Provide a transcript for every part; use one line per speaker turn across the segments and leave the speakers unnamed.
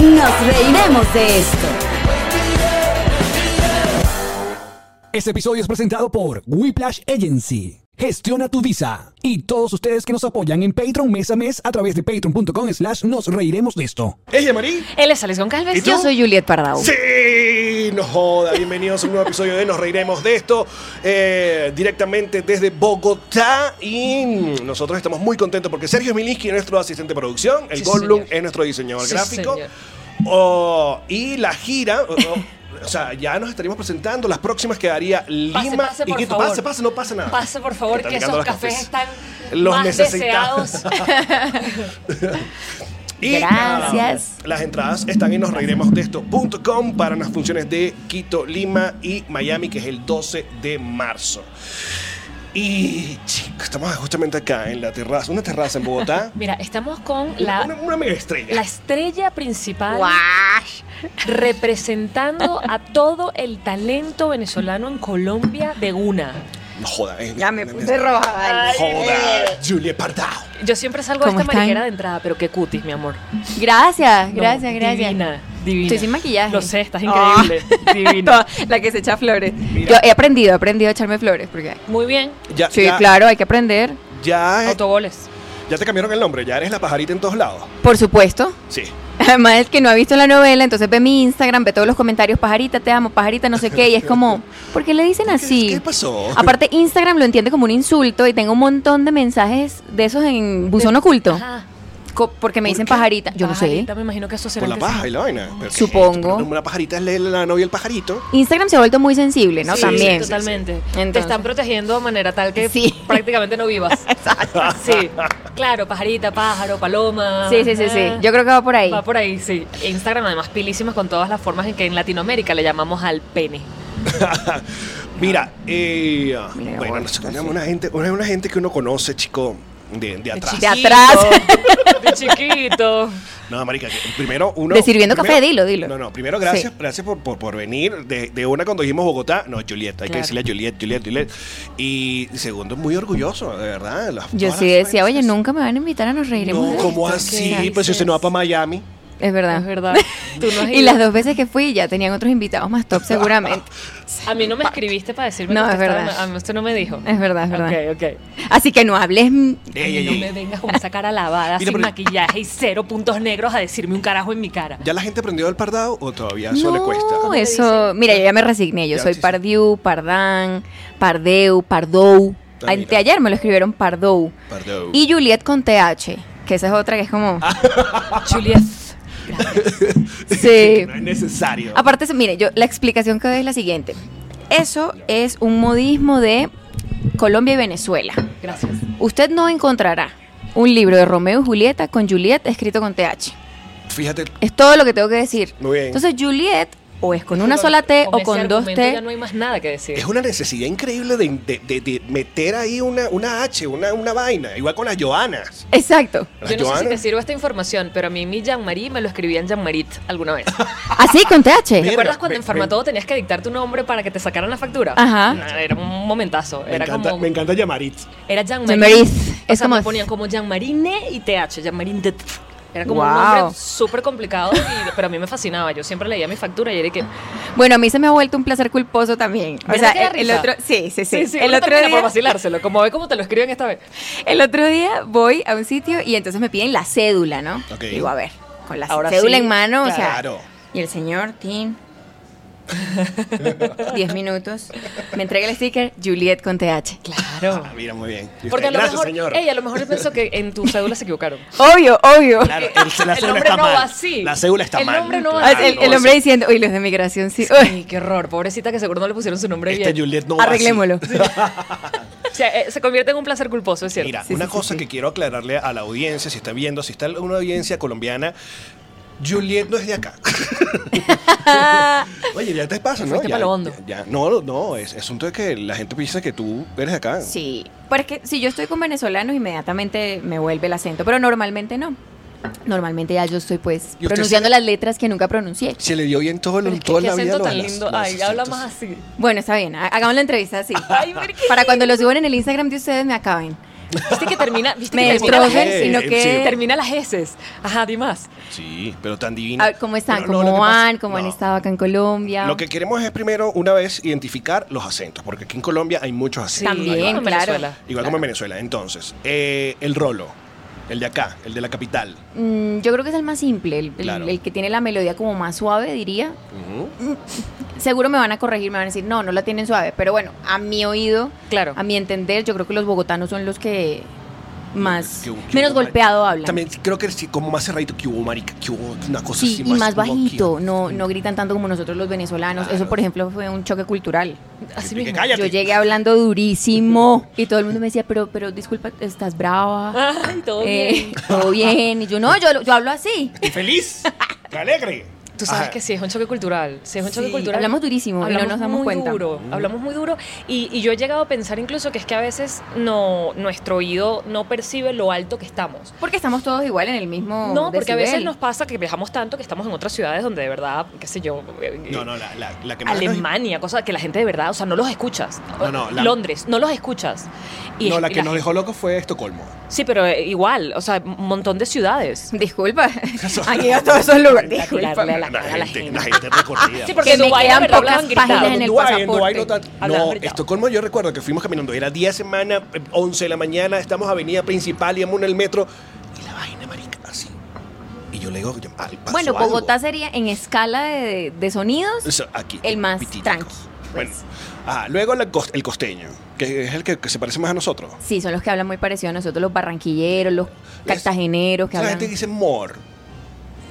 Nos reiremos de esto.
Este episodio es presentado por Whiplash Agency. Gestiona tu visa. Y todos ustedes que nos apoyan en Patreon mes a mes a través de patreon.com slash nos reiremos de esto.
Ella Marí.
Él es Alex Goncalves,
¿Y tú?
yo soy Juliet Pardau.
Sí, no joda. Bienvenidos a un nuevo episodio de Nos Reiremos de esto. eh, directamente desde Bogotá. Y nosotros estamos muy contentos porque Sergio Milinski es nuestro asistente de producción. El
Sí,
Goldblum
señor.
es nuestro diseñador
Sí,
gráfico.
señor.
Oh, y la gira. oh, oh, O sea, ya nos estaríamos presentando las próximas que haría Lima
Pase, pase,
y
por
Quito.
favor.
Pase, pase, no pasa nada.
Pase, por favor,
Están
que
llegando
esos
los
cafés están
Los
más
necesitamos.
deseados.
Y
Gracias.
nada, las entradas están en nosreiremosdeesto.com para las funciones de Quito, Lima y Miami, que es el 12 de marzo. Y chicos, estamos justamente acá en la terraza, una terraza en Bogotá.
Mega. Mira, estamos con
una,
la,
una mega estrella.
la estrella principal representando a todo el talento venezolano en Colombia de una.
No joda, eh,
Ya me
no,
puse
no,
roja, vale.
Joda, Julia Pardao.
Yo siempre salgo de
¿Cómo
esta
están?
mariquera de entrada, pero qué cutis, mi amor.
Gracias,
No,
gracias, gracias.
Divina, divina.
Estoy sin maquillaje. Ah.
Lo sé, estás increíble. Divina.
Toda- la que se echa flores. Yo he aprendido, he aprendido a echarme flores. Porque,
Muy bien.
Ya,
sí,
ya-
claro, hay que aprender.
Ya,
Autogoles.
ya te cambiaron el nombre, ya eres la pajarita en todos lados.
Por supuesto.
Sí.
Además, el que no ha visto la novela, entonces ve mi Instagram, ve todos los comentarios, pajarita, te amo, pajarita, no sé qué. Y es como, ¿por qué le dicen así?
¿Qué, qué pasó?
Aparte, Instagram lo entiende como un insulto y tengo un montón de mensajes de esos en buzón oculto.
Ajá.
co- Porque me
¿Por
dicen
qué?
pajarita. Yo no sé.
Pajarita, Me imagino que eso será
Por la
que sí.
paja y la vaina. Pero ¿qué?
Supongo.
Una pajarita es la, la novia del pajarito.
Instagram se ha vuelto muy sensible, ¿no?
Sí,
También.
sí, totalmente. Te
Entonces.
están protegiendo de manera tal que
Sí.
prácticamente no vivas. Exacto. Sí. Claro, pajarita, pájaro, paloma.
Sí, sí, sí, sí.
Ah,
Yo creo que va por ahí.
Va por ahí, sí. Instagram además pilísimas con todas las formas en que en Latinoamérica le llamamos al pene.
Mira, eh,
Mira,
bueno,
bueno,
nos encontramos una gente, una, una gente que uno conoce, chico, de, de atrás.
chiquito. atrás.
De chiquito.
No, marica, que primero uno...
De sirviendo
primero-
café, dilo, dilo.
No, no, primero gracias,
Sí.
gracias por, por, por venir. De, de una cuando dijimos Bogotá, no, Juliet, hay que
Claro.
decirle a Juliet, Juliet, Juliet. Y segundo, muy orgulloso, de verdad. las-
Yo
todas
sí
las
decía, oye,
vainas.
nunca me van a invitar a nos reiremos.
pues, No,
de
¿cómo
esto?
así?
¿Qué?
Pues si se no va para Miami.
Es verdad.
Es verdad. Tú no has
Y
ido.
las dos veces que fui ya tenían otros invitados más top seguramente.
A mí no me escribiste para decirme
No,
que
es
te estaba-
verdad.
A mí usted no me dijo.
Es verdad, es verdad.
Ok, ok.
Así que no hables. mm,
Ey, ey,
no
ey.
me vengas con esa cara
Mira,
lavada, sin
pero-
maquillaje y cero puntos negros a decirme un carajo en mi cara.
¿Ya la gente aprendió del pardado o todavía eso le cuesta?
No,
le
eso.
dicen?
Mira, yo ya me resigné. Yo
Ya,
soy
sí, sí.
Pardiu, Pardán, Pardeu, Pardou.
Ah, mira. Uh.
Anteayer me lo escribieron Pardou.
Pardao.
Y Juliet con TH, que esa es otra que es como.
Juliet.
Sí.
No es necesario.
Aparte, mire, yo la explicación que doy es la siguiente. Eso es un modismo de Colombia y Venezuela.
Gracias.
Usted no encontrará un libro de Romeo y Julieta con Juliet escrito con TH.
Fíjate,
Es todo lo que tengo que decir.
Muy bien.
Entonces, Juliet o es con una sola T o
ese
con dos
argumento Ya
T.
no hay más nada que decir.
Es una necesidad increíble de, de- de- de meter ahí una, una H, una, una vaina. Igual con las Joanas.
Exacto.
Las
Yo no sé si te
Joanas.
sirve esta información, pero a mí mi Jean-Marie me lo escribía en Jean-Marit alguna vez. ¿Te
Así, con TH.
Mira,
acuerdas cuando
me-
en Farmatodo tenías que dictar tu nombre para que te sacaran la factura?
Ajá.
Nah, Era un momentazo.
me,
era
encanta,
como.
me encanta Yamarit.
Era Jean-Marie.
Jean-Marit.
O
Es
sea,
como-
me ponían como Jean-Marine y TH. Jean-Marine de- Era como un
Wow.
nombre súper complicado, y- pero a mí me fascinaba. Yo siempre leía mi factura y era que.
Bueno, a mí se me ha vuelto un placer culposo también. O
¿Verdad
sea,
que da
el, el
risa?
otro. Sí, sí, sí. el
uno
otro
termina por
día.
vacilárselo. Como ve cómo te lo escriben esta vez.
El otro día voy a un sitio y entonces me piden la cédula, ¿no?
Ok.
Digo, a ver, con la
Ahora
cédula
sí,
en mano, o sea.
Claro.
Y el señor, Tim. 10 minutos. Me entrega el sticker Juliet con TH.
Claro.
Ah, mira, muy bien. Y
Porque a
usted,
lo
Gracias,
mejor.
señor.
Ey, a lo mejor él pensó que en tu cédula se equivocaron.
Obvio, obvio.
Claro, el, la
El
cédula
nombre
está
no
mal.
va así.
La cédula está
El
mal.
nombre no va
Ah,
así.
Claro,
el,
no va
el hombre
así.
diciendo, uy, los de migración sí. uy,
Este
Ay, qué horror. Pobrecita que seguro no le pusieron su nombre
Esta
bien.
Juliet no va así.
arreglémoslo.
sea, eh, se convierte en un placer culposo, es cierto.
Mira,
Sí,
una
sí, sí,
cosa
sí.
que quiero aclararle a la audiencia, si está viendo, si está una audiencia colombiana, Juliet no es de acá.
Ah,
Oye, ya te pasa, ¿no?
Fuiste
Ya,
pa' lo hondo.
ya- ya. no, no, es asunto de que la gente piensa que tú eres de acá.
Sí, porque si yo estoy con venezolanos inmediatamente me vuelve el acento, pero normalmente no. Normalmente ya yo estoy pues
¿Y usted
pronunciando
se-
las letras que nunca pronuncié.
Se le dio bien todo lo,
Pero es que,
toda
qué
la vida.
acento
los-
tan
las-
lindo.
los
Ay, habla
acentos.
más así.
Bueno, está bien, ha- hagamos la entrevista así.
Ay, pero qué
Para cuando lo suban en el Instagram de ustedes me acaben.
Viste que termina, viste
Me
que termina las
destrocen,
eh,
heces.
sino
sí.
que...
Ah. Termina las heces. Ajá, di más.
Sí, pero tan divina.
A ver, Ah, ¿Cómo están?
Pero no,
¿Cómo
lo que pasa-
van? ¿Cómo han
no.
estado acá en Colombia?
Lo que queremos es primero, una vez, identificar los acentos, porque aquí en Colombia hay muchos acentos.
También,
igual como en
claro.
Venezuela.
Igual como en Venezuela. Entonces, eh, el rolo, el de acá, el de la capital.
Mm, yo creo que es el más simple, el, el-
Claro.
el que tiene la melodía como más suave, diría. Mm,
Ujú.
Seguro me van a corregir, me van a decir, no, no la tienen suave, pero bueno, a mi oído
Claro.
A mi entender, yo creo que los bogotanos son los que más
Que- que
menos
hubo,
golpeado
marica.
hablan.
También creo que sí, como más cerradito que hubo, marica, que hubo una cosa
Sí,
así
y más
como
bajito,
que- Mm.
no, no gritan tanto como nosotros los venezolanos.
Claro.
Eso, por ejemplo, fue un choque cultural.
Así
Que- que
mismo.
cállate.
Yo llegué hablando durísimo y todo el mundo me decía, pero, pero disculpa, estás brava,
Ay, Ah, todo
Eh,
bien.
todo bien. Y yo, no, yo, yo hablo así.
Estoy feliz, estoy alegre.
Tú sabes
Ajá.
que sí, es un choque cultural. Sí, es un choque
Sí,
cultural.
hablamos durísimo y no nos damos
muy
cuenta.
Duro,
Mm.
Hablamos muy duro. Y, y yo he llegado a pensar incluso que es que a veces no, nuestro oído no percibe lo alto que estamos.
Porque estamos todos igual en el mismo
No, porque a veces
decibel.
nos pasa que viajamos tanto que estamos en otras ciudades donde de verdad, qué sé yo, eh,
No, no, la, la, la que más nos-
Alemania, cosa que la gente de verdad, o sea, no los escuchas.
No, no, la-
Londres, no los escuchas. Y
no,
es-
la
y
que nos
gente-
dejó loco fue Estocolmo.
Sí, pero eh, igual, o sea, un montón de ciudades.
Disculpa, han ido a todos esos lugares.
Hay que tirarle a la cara a la gente.
la gente recorrida.
Sí, porque
Que me
Dubái, la
quedan
verdad, hablaban
pocas
gritado.
páginas en el
Dubái, en Dubái
pasaporte.
no tan-
Hablaban
No,
gritado.
Estocolmo yo recuerdo que fuimos caminando, era día de semana, eh, 11 de la mañana, estamos avenida principal, íbamos en el metro, y la vaina, marica, así. Y yo le digo, yo, "Ay, pasó
Bueno,
algo".
Bogotá sería en escala de, de sonidos
O sea, aquí,
el más
pititico.
tranqui.
Bueno,
pues.
ajá, luego la cos- el costeño, que es el que, que se parece más a nosotros.
Sí, son los que hablan muy parecido a nosotros, los barranquilleros, los
Les-
cartageneros que
la
hablan.
gente que dice mor.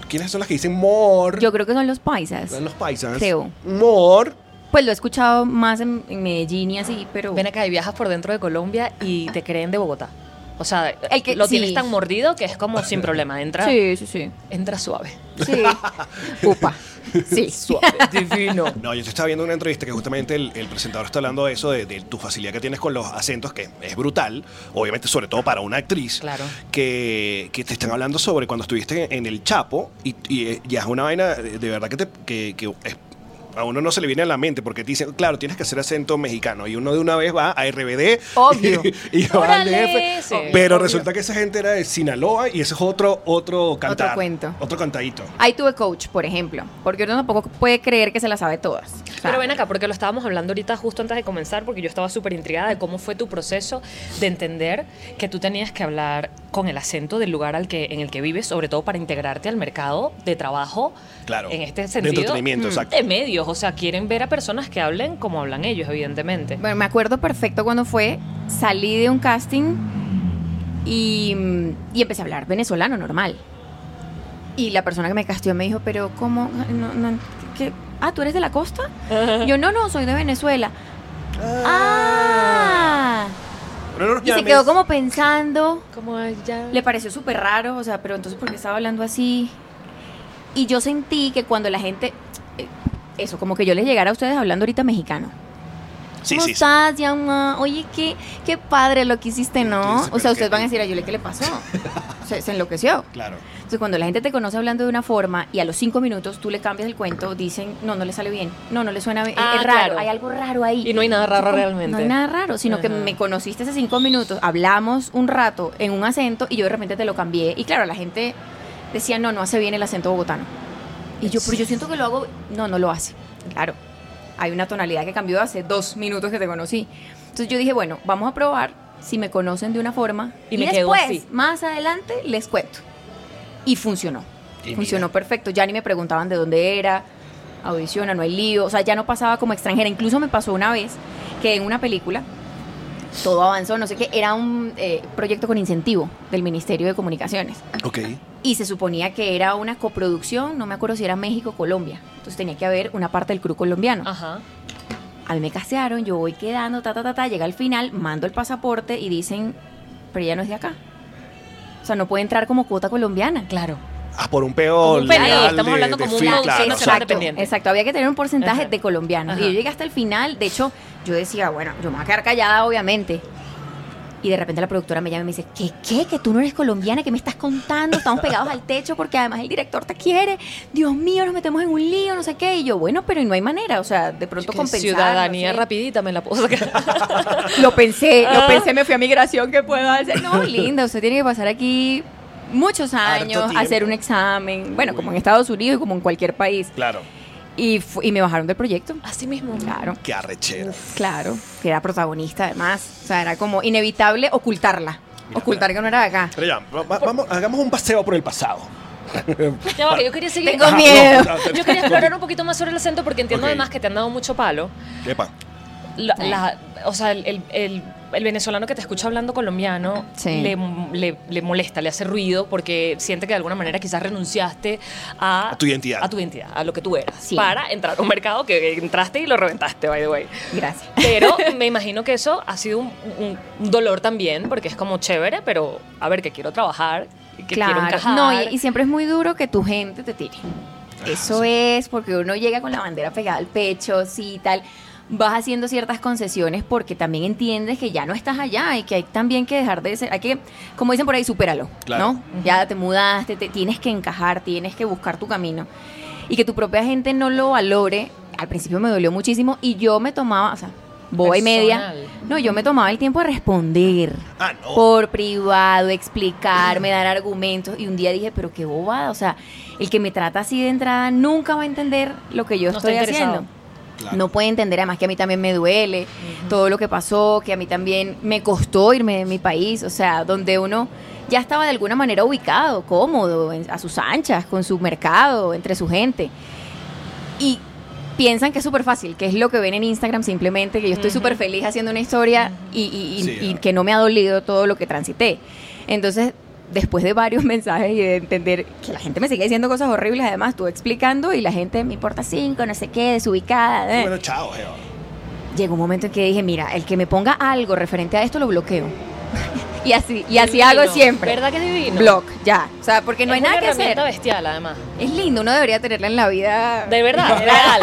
¿Quiénes son las que dicen mor?
Yo creo que son los paisas.
Son los paisas.
Creo.
Mor.
Pues lo he escuchado más en, en Medellín y así, pero
Ven acá y viajas por dentro de Colombia y te creen de Bogotá. O sea,
El que-
lo
sí.
tienes tan mordido que es como sin problema. Entra,
sí, sí, sí,
entra suave.
sí. Upa, sí.
divino.
No, yo te estaba viendo una entrevista que justamente el, el presentador está hablando de eso, de, de tu facilidad que tienes con los acentos, que es brutal, obviamente, sobre todo para una actriz.
Claro.
Que, que te están hablando sobre cuando estuviste en El Chapo y, y, eh, ya es una vaina de de verdad que, te, que, que es- a uno no se le viene a la mente porque te dicen, claro, tienes que hacer acento mexicano y uno de una vez va a RBD
Obvio.
y, y va al
Órale,
DF.
sí.
Pero
Obvio.
resulta que esa gente era de Sinaloa y ese es otro, otro cantar.
cuento.
Otro cantadito.
Ahí tuve coach, por ejemplo, porque uno tampoco puede creer que se la sabe todas. O sea,
Pero ven acá, porque lo estábamos hablando ahorita justo antes de comenzar, porque yo estaba súper intrigada de cómo fue tu proceso de entender que tú tenías que hablar con el acento del lugar al que, en el que vives, sobre todo para integrarte al mercado de trabajo.
Claro.
En este
De
sentido.
entretenimiento,
mm,
exacto.
De medios, o sea, quieren ver a personas que hablen como hablan ellos, evidentemente.
Bueno, me acuerdo perfecto cuando fue, salí de un casting y, y empecé a hablar venezolano normal. Y la persona que me castió me dijo, pero ¿cómo? No, no, ¿qué? Ah, ¿tú eres de la costa? Yo no, no, soy de Venezuela. Ah.
Pero no nos
Y se
llames.
quedó como pensando,
Como ella.
le pareció súper raro, o sea, pero entonces ¿por qué estaba hablando así? Y yo sentí que cuando la gente, eh, eso, como que yo les llegara a ustedes hablando ahorita mexicano.
Sí,
¿Cómo
sí, sí.
estás, Yama? Oye, qué, qué padre lo que hiciste, ¿no?
Sí, sí,
o sea,
pero
ustedes
qué-
van a decir, a Yule, ¿qué le pasó? se, se enloqueció.
Claro.
Entonces, cuando la gente te conoce hablando de una forma y a los cinco minutos tú le cambias el cuento, dicen, no, no le sale bien, no, no le suena bien, es-
Ah,
es, raro,
claro.
hay algo raro ahí.
Y no hay nada raro
Como,
realmente.
No hay nada raro, sino que
Ajá.
me conociste hace cinco minutos, hablamos un rato en un acento y yo de repente te lo cambié. Y claro, la gente decía, no, no hace bien el acento bogotano. Y yo, pero yo siento que lo hago, no, no lo hace. Claro, hay una tonalidad que cambió hace dos minutos que te conocí. Entonces yo dije, bueno, vamos a probar si me conocen de una forma.
Y
Y,
me quedo
después,
así.
más adelante, les cuento. Y funcionó.
Y
funcionó perfecto. Ya ni me preguntaban de dónde era, audiciona, no hay lío. O sea, ya no pasaba como extranjera. Incluso me pasó una vez que en una película, todo avanzó, no sé qué, era un eh, proyecto con incentivo del Ministerio de Comunicaciones.
Ok.
Y se suponía que era una
Ah.
coproducción, no me acuerdo si era México o Colombia. Entonces tenía que haber una parte del crew colombiano.
Ajá.
a mí me casearon, yo voy quedando, ta, ta, ta, ta, llega al final, mando el pasaporte y dicen, pero ella no es de acá. O sea, no puede entrar como cuota colombiana.
Claro.
Ah, por un peor.
Un penal, estamos hablando como un
fin,
lado,
claro,
no se
exacto.
va a arrepentir. independiente.
Exacto, había que tener un porcentaje
Ajá.
de colombianos.
Ajá.
Y yo llegué hasta el final, de hecho, yo decía, bueno, yo me voy a quedar callada, obviamente. Y de repente la productora me llama y me dice, ¿qué, qué? ¿Que tú no eres colombiana? ¿Qué me estás contando? Estamos pegados al techo porque además el director te quiere. Dios mío, nos metemos en un lío, no sé qué. Y yo, bueno, pero y no hay manera. O sea, de pronto
Que
compensar.
Ciudadanía
no sé.
rapidita me la puedo sacar.
Lo pensé,
Ah.
lo pensé, me fui a migración, ¿qué puedo hacer? No, linda, usted tiene que pasar aquí muchos años,
tiempo.
hacer un examen, bueno,
Uy.
como en Estados Unidos y como en cualquier país.
Claro,
Y, fu- y me bajaron del proyecto.
Así mismo.
Claro,
qué arrechera.
claro. Que era protagonista además. O sea, era como inevitable ocultarla. Ocultar que no era de acá.
Pero ya, va- va- vamos, hagamos un paseo por el pasado.
Ya va, que yo quería seguir.
Tengo
Ajá.
miedo.
no,
Yo quería explorar un poquito más sobre el acento porque entiendo
Ok.
además que te han dado mucho palo.
Epa,
La-
Sí.
la- o sea, el, el- el- el venezolano que te escucha hablando colombiano
Sí.
le, le- le molesta, le hace ruido porque siente que de alguna manera quizás renunciaste a,
A tu identidad.
A tu identidad, a lo que tú eras.
Sí.
Para entrar a un mercado que entraste y lo reventaste, by the way.
Gracias.
Pero me imagino que eso ha sido un, un- un dolor también porque es como chévere, pero a ver, que quiero trabajar, que quiero encajar.
No, y, y siempre es muy duro que tu gente te tire. Eso es porque uno llega con la bandera pegada al pecho, sí, tal. Vas haciendo ciertas concesiones porque también entiendes que ya no estás allá y que hay también que dejar de ser, hay que, como dicen por ahí, supéralo,
Claro.
¿no? Ya te mudaste, te, tienes que encajar, tienes que buscar tu camino. Y que tu propia gente no lo valore, al principio me dolió muchísimo y yo me tomaba, o sea, boba y media.
Personal.
No, yo me tomaba el tiempo de responder
Ah, no.
por privado, explicarme, dar argumentos. Y un día dije, pero qué bobada. O sea, el que me trata así de entrada nunca va a entender lo que yo
No está
estoy
interesado.
haciendo.
Claro.
No puede entender, además que a mí también me duele todo lo que pasó, que a mí también me costó irme de mi país, o sea, donde uno ya estaba de alguna manera ubicado, cómodo, en- a sus anchas, con su mercado, entre su gente. Y piensan que es súper fácil, que es lo que ven en Instagram simplemente, que yo estoy súper feliz haciendo una historia y, y- y-
Sí,
y
ah.
que no me ha dolido todo lo que transité. Entonces, después de varios mensajes y de entender que la gente me sigue diciendo cosas horribles, además, tú explicando y la gente me importa cinco, no sé qué, desubicada. eh.
Bueno, chao, Jeva.
Llegó un momento en que dije, mira, el que me ponga algo referente a esto lo bloqueo. y así, y así hago
Divino.
siempre.
¿Verdad que es divino?
Block, ya. O sea, porque no hay
Es
nada
una
que hacer.
herramienta bestial, además.
Es lindo, uno debería tenerla en la vida.
De verdad, es real.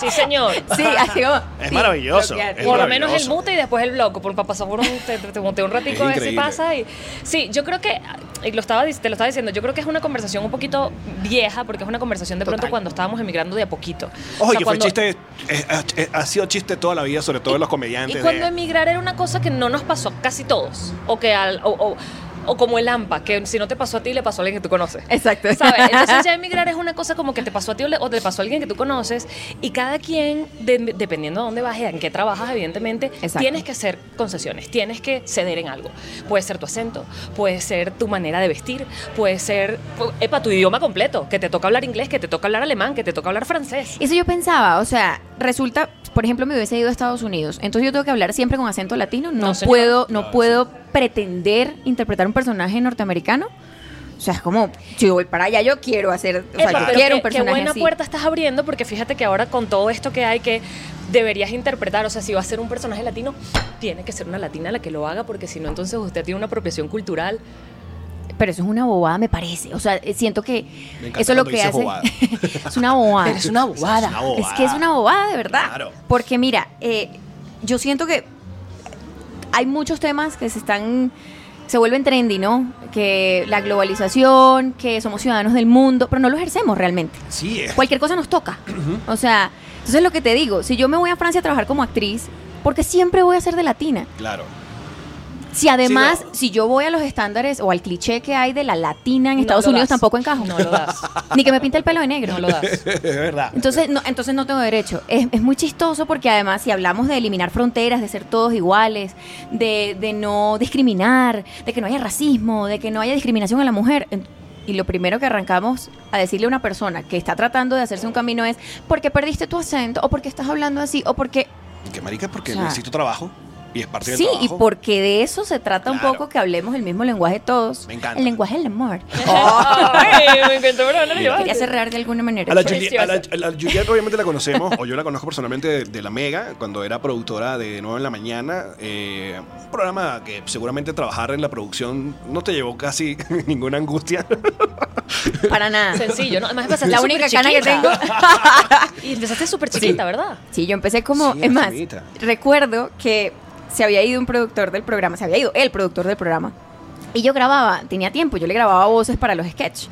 Sí, señor.
Sí, así como-
Es
sí,
maravilloso,
bloquear.
es
por lo menos el
maravilloso.
mute y después el bloco. Por para pasar por un, te, te- te monté un
Es
ratico a ver si
increíble.
pasa. Y, sí, yo creo que, y lo estaba, dic- te lo estaba diciendo, yo creo que es una conversación un poquito vieja, porque es una conversación de pronto
Total.
cuando estábamos emigrando de a poquito. O
Ojo,
sea,
y que fue
cuando-
chiste, eh, ah, eh, ha sido chiste toda la vida, sobre todo de los comediantes.
Y cuando em-
de-
emigrar era una cosa que no nos pasó casi todos. O que al- o, o- o como el AMPA, que si no te pasó a ti, le pasó a alguien que tú conoces.
Exacto.
¿Sabes? Entonces ya emigrar es una cosa como que te pasó a ti o, le- o te pasó a alguien que tú conoces y cada quien, de- dependiendo de dónde vas y en qué trabajas, evidentemente,
Exacto.
tienes que hacer concesiones, tienes que ceder en algo. Puede ser tu acento, puede ser tu manera de vestir, puede ser, pu- epa, tu idioma completo, que te toca hablar inglés, que te toca hablar alemán, que te toca hablar francés.
Eso yo pensaba, o sea, resulta, por ejemplo, me hubiese ido a Estados Unidos, entonces yo tengo que hablar siempre con acento latino, no,
No, señor.
puedo, no puedo pretender interpretar un personaje norteamericano. O sea, es como, si voy para allá, yo quiero hacer, o sea,
Epa,
yo
pero
quiero
qué-
un personaje
Qué buena
así.
puerta estás abriendo porque fíjate que ahora con todo esto que hay que deberías interpretar, o sea, si va a ser un personaje latino, tiene que ser una latina la que lo haga porque si no, entonces usted tiene una apropiación cultural.
Pero eso es una bobada, me parece. O sea, eh, siento que
Me encanta
eso es lo
cuando
que
dices
hace.
bobada.
es una bobada.
Pero es una bobada.
Es una bobada.
Es que es una bobada, de verdad.
Claro.
Porque mira, eh, yo siento que hay muchos temas que se están. Se vuelven trendy, ¿no? Que la globalización, que somos ciudadanos del mundo, pero no lo ejercemos realmente
Sí, es.
Pues-
cualquier cosa nos toca. O sea, entonces lo que te digo, si yo me voy a Francia a trabajar como actriz, porque siempre voy a ser de latina.
Claro.
Si además,
no.
si yo voy a los estándares o al cliché que hay de la latina en
No
Estados
lo
Unidos,
das.
tampoco encajo.
No lo das.
Ni que me pinte el pelo de negro.
No lo das.
Es verdad.
Entonces no, entonces no tengo derecho. Es, es muy chistoso porque además si hablamos de eliminar fronteras, de ser todos iguales, de, de no discriminar, de que no haya racismo, de que no haya discriminación a la mujer. en- Y lo primero que arrancamos a decirle a una persona que está tratando de hacerse un camino es porque perdiste tu acento o porque estás hablando así o porque...
Que marica, porque
O sea,
necesito trabajo. Y es parte del
Sí,
trabajo.
y porque de eso se trata un
Claro.
poco que hablemos el mismo lenguaje todos.
Me encanta.
El lenguaje del amor.
Ay, me encantó, pero no Oh. lo llevaste.
Quería cerrar de alguna manera.
A la, Juliet, a, la,
Preciosa.
a la Juliet obviamente la conocemos, o yo la conozco personalmente de, de La Mega, cuando era productora de Nuevo en la Mañana, eh, un programa que seguramente trabajar en la producción no te llevó casi ninguna angustia.
Para nada. Pues
Sencillo, ¿no? Además empezaste
La
súper
única cana que tengo.
chiquita. Y empezaste súper chiquita, ¿verdad?
Sí, yo empecé como,
Sí,
es más,
Angelita.
recuerdo que se había ido un productor del programa, se había ido el productor del programa. Y yo grababa, tenía tiempo, yo le grababa voces para los sketch.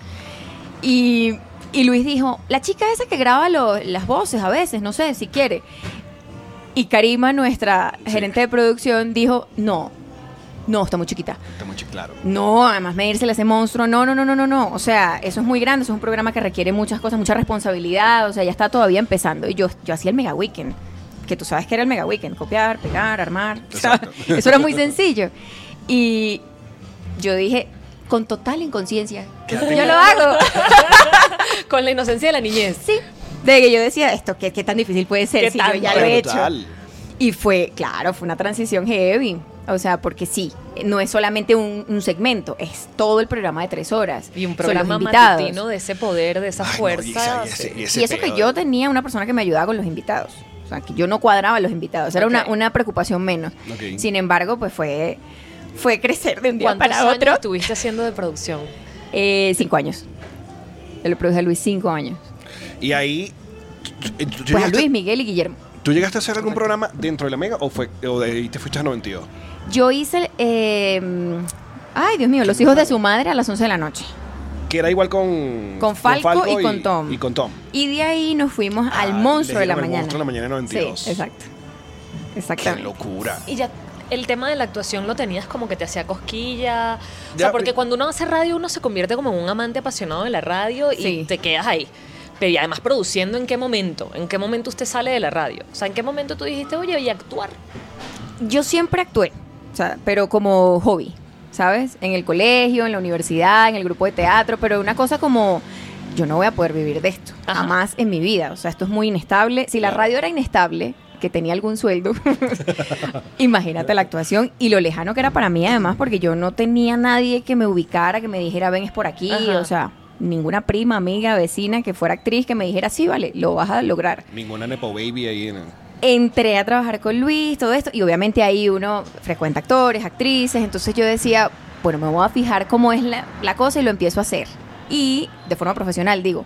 Y, y Luis dijo, la chica esa que graba lo- las voces a veces, no sé, si quiere. Y Karima, nuestra gerente de producción, dijo, no, no, está muy chiquita.
Está muy claro.
No, además medirse ese monstruo. No, no, no, no, no, no. O sea, eso es muy grande. Eso es un programa que requiere muchas cosas, mucha responsabilidad. O sea, ya está todavía empezando. Y yo, yo hacía el Mega Weekend, que tú sabes que era el Mega Weekend. Copiar, pegar, armar.
Exacto.
Eso era muy sencillo. Y yo dije, con total inconsciencia,
Ya
yo
tengo-
lo hago.
Con la inocencia de la niñez.
Sí. De que yo decía, esto, ¿qué, qué tan difícil puede ser
¿Qué
si
tanto?
yo ya lo he hecho?
Brutal.
Y fue, claro, fue una transición heavy. O sea, porque sí, no es solamente un, un segmento, es todo el programa de tres horas.
Y un
Son los
programa
invitados.
matutino de ese poder, de esa
Ay, no,
fuerza.
y, esa- y ese- y ese
Y eso que
pedo.
yo tenía una persona que me ayudaba con los invitados. O sea, que yo no cuadraba los invitados. Era una,
Ok.
una preocupación menos.
Ok.
Sin embargo, pues fue, fue crecer de un día
¿Cuántos
para
años
otro.
estuviste haciendo de producción?
Eh, cinco años. Yo le produje a Luis cinco años.
Y ahí... tú- tú- tú
Pues a
llegaste-
Luis, Miguel y Guillermo.
¿Tú llegaste a hacer algún programa dentro de la Mega o, fue, o de ahí te fuiste a 92?
Yo hice, eh, mm, ay Dios mío, los hijos de su madre a las 11 de la noche.
Que era igual con...
Con Falco y con Tom.
Y con Tom.
Y de ahí nos fuimos al
Ah,
monstruo de la
le
mañana.
dieron el monstruo de la mañana en 92.
Sí, exacto.
¡Qué
Exactamente.
locura!
Y ya el tema de la actuación lo tenías como que te hacía cosquilla. o
Ya,
sea, porque
eh.
cuando uno hace radio, uno se convierte como en un amante apasionado de la radio y
Sí.
te quedas ahí. Pero y además produciendo, ¿en qué momento? ¿En qué momento usted sale de la radio? O sea, ¿en qué momento tú dijiste, oye, voy a actuar?
Yo siempre actué, o sea, pero como hobby, ¿sabes? En el colegio, en la universidad, en el grupo de teatro, pero una cosa como yo no voy a poder vivir de esto,
Ajá.
jamás en mi vida, o sea, esto es muy inestable. Si la radio era inestable, que tenía algún sueldo, imagínate la actuación y lo lejano que era para mí además, porque yo no tenía nadie que me ubicara, que me dijera, ven, es por aquí,
Ajá.
o sea, ninguna prima, amiga, vecina que fuera actriz que me dijera, sí, vale, lo vas a lograr
Ninguna Nepo Baby ahí en...
entré a trabajar con Luis, todo esto, y obviamente ahí uno frecuenta actores, actrices, entonces yo decía, bueno, me voy a fijar cómo es la, la cosa y lo empiezo a hacer. Y de forma profesional, digo.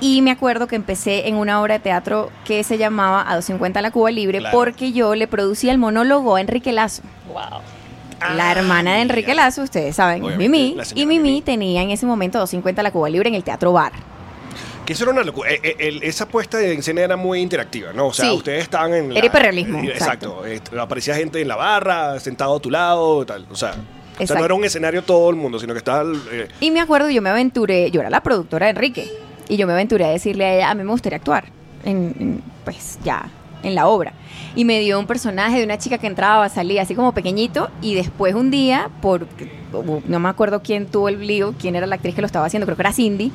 Y me acuerdo que empecé en una obra de teatro que se llamaba A 250 la Cuba Libre
Claro.
porque yo le producía el monólogo a Enrique Lazo.
¡Wow!
La hermana de Enrique Lazo, ustedes saben, es
Ah, Obviamente,
Mimi.
la señora
Y Mimi
Mimi.
tenía en ese momento 250 la Cuba Libre en el Teatro Bar.
Que eso era una locura. Eh, eh, el- esa puesta en escena era muy interactiva, ¿no? O sea,
Sí.
ustedes estaban en.
Era hiperrealismo,
eh, exacto. Eh, aparecía gente en la barra, sentado a tu lado, tal. O sea, o sea, no
Exacto.
era un escenario todo el mundo, sino que estaba. el, eh,
Y me acuerdo, yo me aventuré, yo era la productora de Enrique, y yo me aventuré a decirle a ella, a mí me gustaría actuar, en, en, pues ya, en la obra. Y me dio un personaje de una chica que entraba, salía así como pequeñito, y después un día, por, no me acuerdo quién tuvo el lío, quién era la actriz que lo estaba haciendo, creo que era Cindy,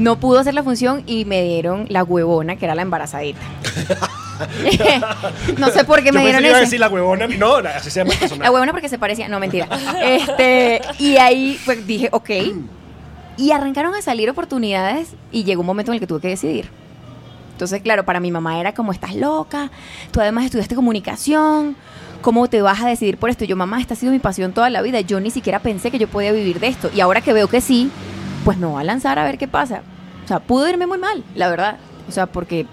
no pudo hacer la función y me dieron la huevona, que era la embarazadita. no sé por qué
yo
me
pensé
dieron
que iba a
eso.
decir la huevona. No, la- así se llama el personaje.
La huevona porque se parecía. No, mentira. Este, y ahí pues, dije, ok. Y arrancaron a salir oportunidades y llegó un momento en el que tuve que decidir. Entonces, claro, para mi mamá era como, estás loca, tú además estudiaste comunicación, ¿cómo te vas a decidir por esto? Y Yo, mamá, esta ha sido mi pasión toda la vida, yo ni siquiera pensé que yo podía vivir de esto. Y ahora que veo que sí, pues me voy a lanzar a ver qué pasa. O sea, pudo irme muy mal, la verdad. O sea, porque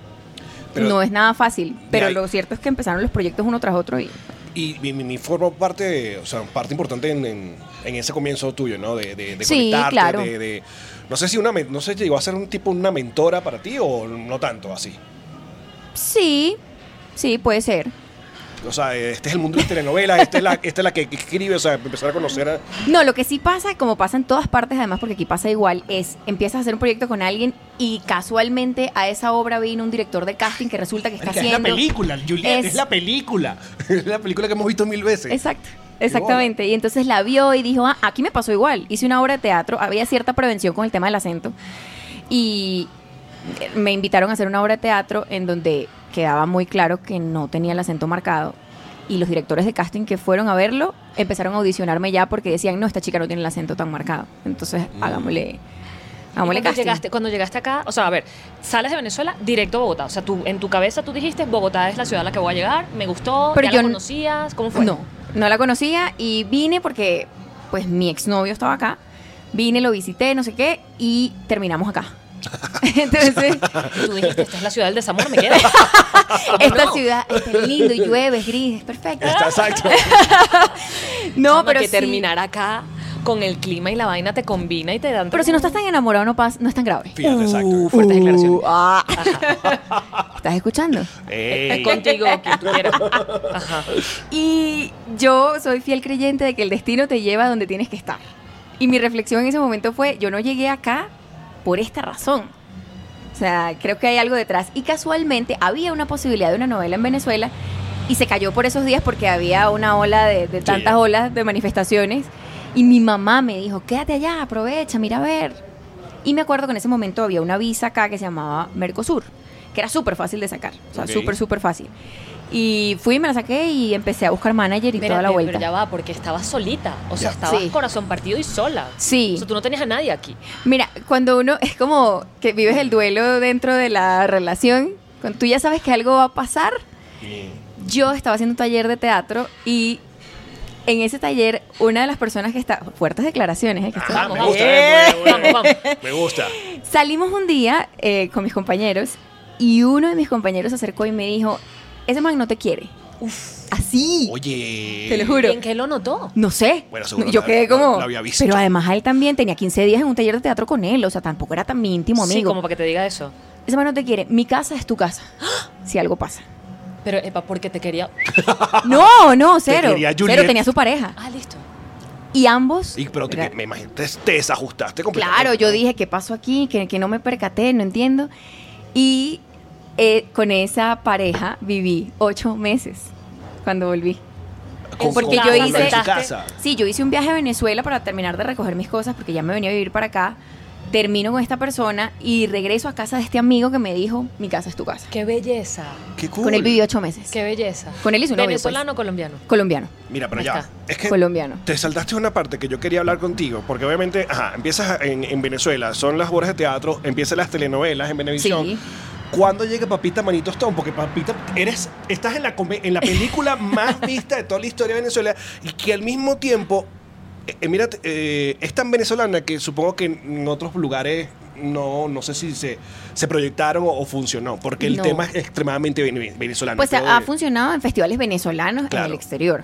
Pero-
no es nada fácil. Pero
ahí-
lo cierto es que empezaron los proyectos uno tras otro y...
Y mi, mi- mi forma parte, de- o sea, parte importante en, en- en ese comienzo tuyo, ¿no? De, de, de
Sí,
conectarte,
claro.
de, de- No sé si una. men- No sé, llegó a ser un tipo, una mentora para ti o no tanto así.
Sí, sí, puede ser.
O sea, eh, este es el mundo de las telenovelas, esta es la, esta es la que escribe, o sea, empezar a conocer a.
No, lo que sí pasa, como pasa en todas partes, además, porque aquí pasa igual, es empiezas a hacer un proyecto con alguien y casualmente a esa obra vino un director de casting que resulta que está
Marica,
haciendo.
Es la película, Juliet, es,
Es-
la película. Es la película que hemos visto mil veces.
Exacto, exactamente. Y entonces la vio y dijo, ah, aquí me pasó igual. Hice una obra de teatro, había cierta prevención con el tema del acento. Y me invitaron a hacer una obra de teatro en donde quedaba muy claro que no tenía el acento marcado. y los directores de casting que fueron a verlo empezaron a audicionarme ya porque decían, no, esta chica no tiene el acento tan marcado. Entonces, hagámosle, hagámosle
cuando
Ah, casting.
llegaste, cuando llegaste acá, o sea, a ver, sales de Venezuela directo a Bogotá. O sea, tú, en tu cabeza tú dijiste, Bogotá es la ciudad a la que voy a llegar, me gustó,
Pero
ya
yo
la
n-
conocías, ¿cómo fue?
No, no la conocía y vine porque pues mi exnovio estaba acá. Vine, lo visité, no sé qué, y terminamos acá. Entonces,
Y tú dijiste, esta es la ciudad del desamor, me quedo.
esta
No.
ciudad está lindo, llueve, es gris, es perfecto.
Está exacto.
No,
Chama,
pero
que
sí-
terminar acá con el clima y la vaina te combina y te dan.
Pero si no estás tan enamorado, no, pas- no es tan grave.
Fíjate,
Uh,
exacto.
fuertes declaraciones.
ah. ¿Estás escuchando? Eh,
Ey.
contigo, quien tú quieras. Ajá.
Y yo soy fiel creyente de que el destino te lleva a donde tienes que estar. Y mi reflexión en ese momento fue, yo no llegué acá por esta razón. O sea, creo que hay algo detrás. Y casualmente había una posibilidad de una novela en Venezuela y se cayó por esos días porque había una ola de, de tantas olas de manifestaciones. Y mi mamá me dijo, quédate allá, aprovecha, mira a ver. Y me acuerdo que en ese momento había una visa acá que se llamaba Mercosur, que era súper fácil de sacar. O sea,
Ok.
súper, súper fácil. Y fui, me la saqué y empecé a buscar manager y toda la
Espérate,
vuelta.
Pero ya va, porque estabas solita. O sea,
Ya.
estabas
Sí.
corazón partido y sola.
Sí.
O sea, tú no tenías a nadie aquí.
Mira, cuando uno es como que vives el duelo dentro de la relación, cuando tú ya sabes que algo va a pasar, yo estaba haciendo un taller de teatro y en ese taller una de las personas que está fuertes declaraciones, ¿eh? que esto-
Ajá, me
Vamos,
gusta.
vamos.
eh, muy bien, muy bien.
Vamos,
Me gusta.
salimos un día eh, con mis compañeros y uno de mis compañeros se acercó y me dijo, ese man no te quiere. así,
Oye.
te lo
¿Y
juro.
en qué lo notó?
No sé.
Bueno, seguro
No, yo
la-
quedé
la-
como.
la había visto.
Pero además él también tenía 15 días en un taller de teatro con él. O sea, tampoco era tan mi íntimo
Sí,
amigo.
como para que te diga eso.
Ese man no te quiere. Mi casa es tu casa.
¡Ah!
Si algo pasa.
Pero, epa, porque te quería.
No, no, cero.
quería Juliet.
Cero tenía su pareja.
Ah, listo.
Y ambos.
Y, pero te-
Era-
me imagino, te, te desajustaste completamente.
Claro, yo dije, ¿qué pasó aquí? Que, que no me percaté, no entiendo. Y eh, con esa pareja viví ocho meses cuando volví.
Con-
porque
con-
yo
con-
hice-
En su casa.
Sí, yo hice un viaje a Venezuela para terminar de recoger mis cosas porque ya me venía a vivir para acá. Termino con esta persona y regreso a casa de este amigo que me dijo, mi casa es tu casa.
Qué belleza.
Qué cool.
Con él viví ocho meses.
Qué belleza.
Con él hizo un novio, pues.
¿Venezolano o colombiano?
Colombiano.
Mira, pero
Ahí
ya.
está.
Es que
Colombiano.
te saltaste una parte que yo quería hablar contigo, porque obviamente, ajá, empiezas en, en Venezuela, son las horas de teatro, empiezan las telenovelas en Venevisión.
Sí.
¿Cuándo llega Papita Manito Stone? Porque Papita, eres, estás en la, come- en la película más vista de toda la historia de Venezuela y que al mismo tiempo, eh, eh, mira, eh, es tan venezolana que supongo que en otros lugares no, no sé si se, se proyectaron o, o funcionó, porque el
No.
tema es extremadamente vene- venezolano.
Pues
pero,
ha, ha
eh,
funcionado en festivales venezolanos
Claro.
en el exterior.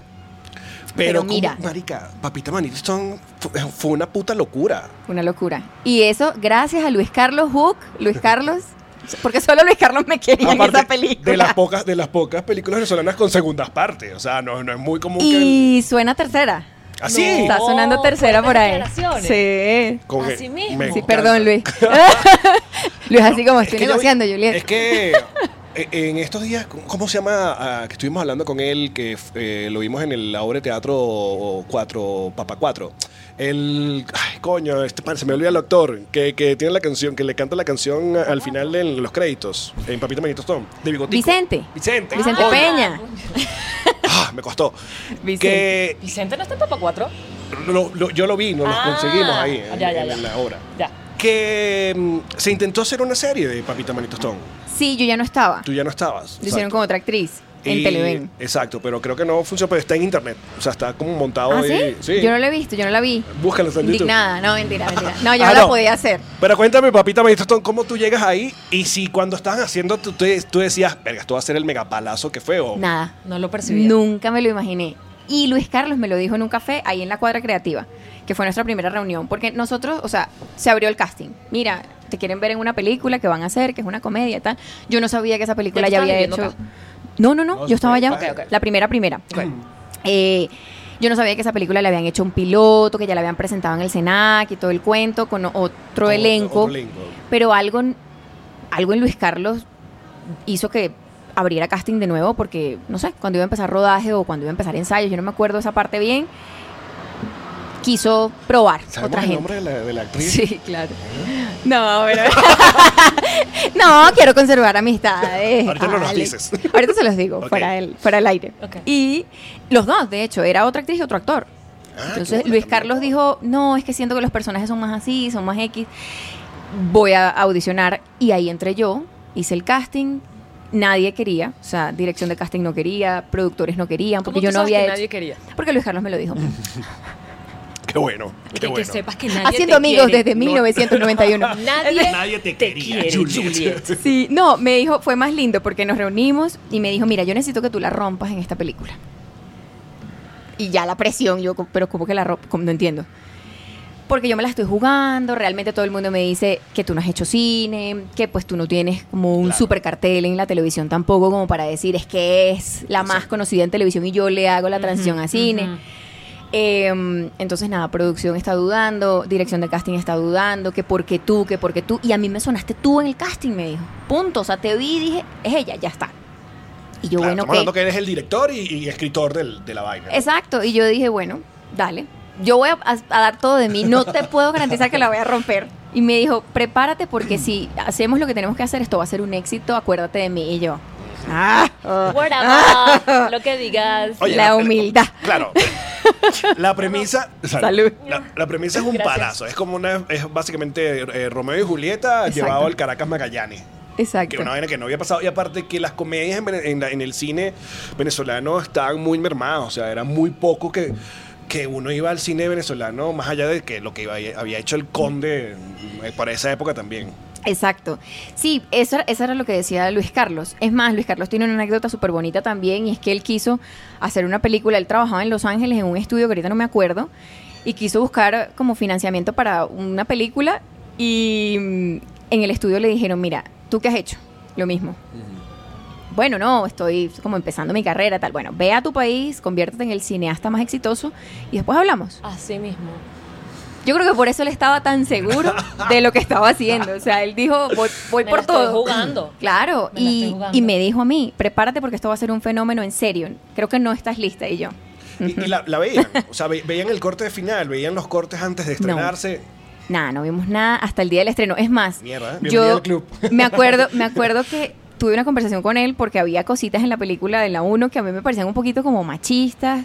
pero
¿cómo,
mira.
Marica, Papita Manito Stone fu- eh, fue, una puta locura.
Una locura. Y eso gracias a Luis Carlos Hook, Luis Carlos, porque solo Luis Carlos me quería en esa película.
de las pocas de las pocas películas venezolanas con segundas partes, o sea, no, no es muy común que
Y suena tercera.
así
Está
No,
sonando tercera por ahí.
fuertes
Sí.
Con
Así
que-
mismo.
me
Sí,
encanta.
perdón, Luis. Luis, así como
Es
estoy
que yo-
negociando, Juliet.
Es que eh, en estos días, ¿cómo se llama? Ah, que estuvimos hablando con él, que eh, lo vimos en el la obra de teatro 4, Papa 4. El. Ay, coño, este, pan, se me olvida el actor que, que tiene la canción, que le canta la canción al final de los créditos, en Papita Manito Stone, de Bigotico.
Vicente.
Vicente.
Vicente
coño.
Peña.
Ah, me costó.
Vicente.
Que
Vicente no está en Papa 4.
lo- lo- yo lo vi, nos los
Ah,
conseguimos ahí, en,
ya, ya,
en
ya.
la obra.
Ya.
Que mm, se intentó hacer una serie de Papita Manito Stone.
Sí, yo ya no estaba.
Tú ya no estabas.
Lo hicieron
exacto.
con otra actriz en
Y-
Televen.
Exacto, pero creo que no funciona, pero está en internet. O sea, está como montado
¿Ah,
ahí.
sí? Yo no la he visto, yo no la vi.
Búscalo en YouTube.
Indignada, no, mentira, mentira. No, yo
Ah,
no la
no.
podía hacer.
Pero cuéntame, papita Maestro, ¿cómo tú llegas ahí? Y si cuando estabas haciendo, tú, tú- tú decías, verga, esto va a ser el megapalazo que fue. O,
Nada.
No lo percibí.
Nunca me lo imaginé. Y Luis Carlos me lo dijo en un café ahí en la cuadra creativa, que fue nuestra primera reunión, porque nosotros, o sea, se abrió el casting. Mira, te quieren ver en una película que van a hacer, que es una comedia y tal. Yo no sabía que esa película
¿Ya tú
ya
estabas
había
viviendo
hecho.
acá?
No, no, no,
No,
yo estaba ya.
ok, ok.
La primera, primera. Eh, yo no sabía que esa película le habían hecho un piloto, que ya la habían presentado en el Senac y todo el cuento, con otro,
o-
elenco.
otro elenco.
Pero algo, en- algo en Luis Carlos hizo que abriera casting de nuevo porque, no sé, cuando iba a empezar rodaje o cuando iba a empezar ensayos, yo no me acuerdo esa parte bien, quiso probar
¿Sabemos
otra
el
gente.
nombre Ah. de la, de la actriz?
Sí, claro. No, pero... no, quiero conservar amistades.
Ahorita no nos
Alex.
dices.
Ahorita se los digo,
Ok.
fuera, el, fuera el aire.
Ok.
Y los dos, de hecho, era otra actriz y otro actor.
Ah, qué
Entonces
bola,
Luis
también.
Carlos dijo, no, es que siento que los personajes son más así, son más X. Voy a audicionar y ahí entré yo, hice el casting. Nadie quería, o sea, dirección de casting no quería, productores no querían,
¿Cómo
porque
tú
yo
sabes
no había
que
hecho.
nadie quería.
Porque Luis Carlos me lo dijo.
Qué bueno,
Que,
qué
que
bueno.
sepas que nadie
Haciendo
te
amigos
quiere.
desde
No-
1991.
Nadie,
Nadie te quería,
quiere,
Juliet.
Juliet.
Sí, no, me dijo, fue más lindo porque nos reunimos y me dijo, mira, yo necesito que tú la rompas en esta película. Y ya la presión, yo, co- pero ¿cómo que la rompo? No entiendo. Porque yo me la estoy jugando, realmente todo el mundo me dice que tú no has hecho cine, que pues tú no tienes como un
Claro.
super cartel en la televisión tampoco como para decir es que es la más conocida en televisión y yo le hago la transición a cine.
ujú.
Eh, entonces, nada, producción está dudando, dirección de casting está dudando, que porque tú, que porque tú. Y a mí me sonaste tú en el casting, me dijo. Punto. O sea, te vi y dije, es ella, ya está. Y yo,
Claro,
bueno,
estamos
¿qué?
hablando que eres el director y, y escritor del- de la vaina.
Exacto. Y yo dije, bueno, dale. Yo voy a, a- a dar todo de mí. No te puedo garantizar que la voy a romper. Y me dijo, prepárate porque si hacemos lo que tenemos que hacer, esto va a ser un éxito. Acuérdate de mí. Y yo, ah, oh,
Word of
Ah.
mouth, lo que digas.
Oye,
la
pre-
humildad.
Claro. La premisa.
Salud.
La, la premisa es un
Gracias.
palazo. Es como una. Es básicamente eh, Romeo y Julieta
Exacto.
llevado al Caracas Magallanes. Que
exacto.
una vaina que no había pasado. Y aparte que las comedias en, Vene- en la- en el cine venezolano estaban muy mermadas. O sea, era muy poco que, que uno iba al cine venezolano más allá de que lo que iba- había hecho el conde eh, para esa época también.
Exacto. Sí, eso, eso era lo que decía Luis Carlos. Es más, Luis Carlos tiene una anécdota súper bonita también y es que él quiso hacer una película. Él trabajaba en Los Ángeles en un estudio que ahorita no me acuerdo y quiso buscar como financiamiento para una película y mm, en el estudio le dijeron, mira, ¿tú qué has hecho? Lo mismo. Bueno, no, estoy como empezando mi carrera, tal. Bueno, ve a tu país, conviértete en el cineasta más exitoso y después hablamos.
Así mismo.
Yo creo que por eso él estaba tan seguro de lo que estaba haciendo. O sea, él dijo, voy, voy
Me
por
la estoy
todo.
jugando.
Claro,
Me la estoy
y,
jugando.
y me dijo a mí, prepárate porque esto va a ser un fenómeno en serio. Creo que no estás lista. Y yo,
Y, y la, la veían. O sea, ve- veían el corte final, veían los cortes antes de estrenarse.
nada, no vimos nada hasta el día del estreno. Es más,
Mierda, ¿eh? Bienvenida
yo
al club.
me acuerdo, me acuerdo que tuve una conversación con él porque había cositas en la película de la 1 que a mí me parecían un poquito como machistas.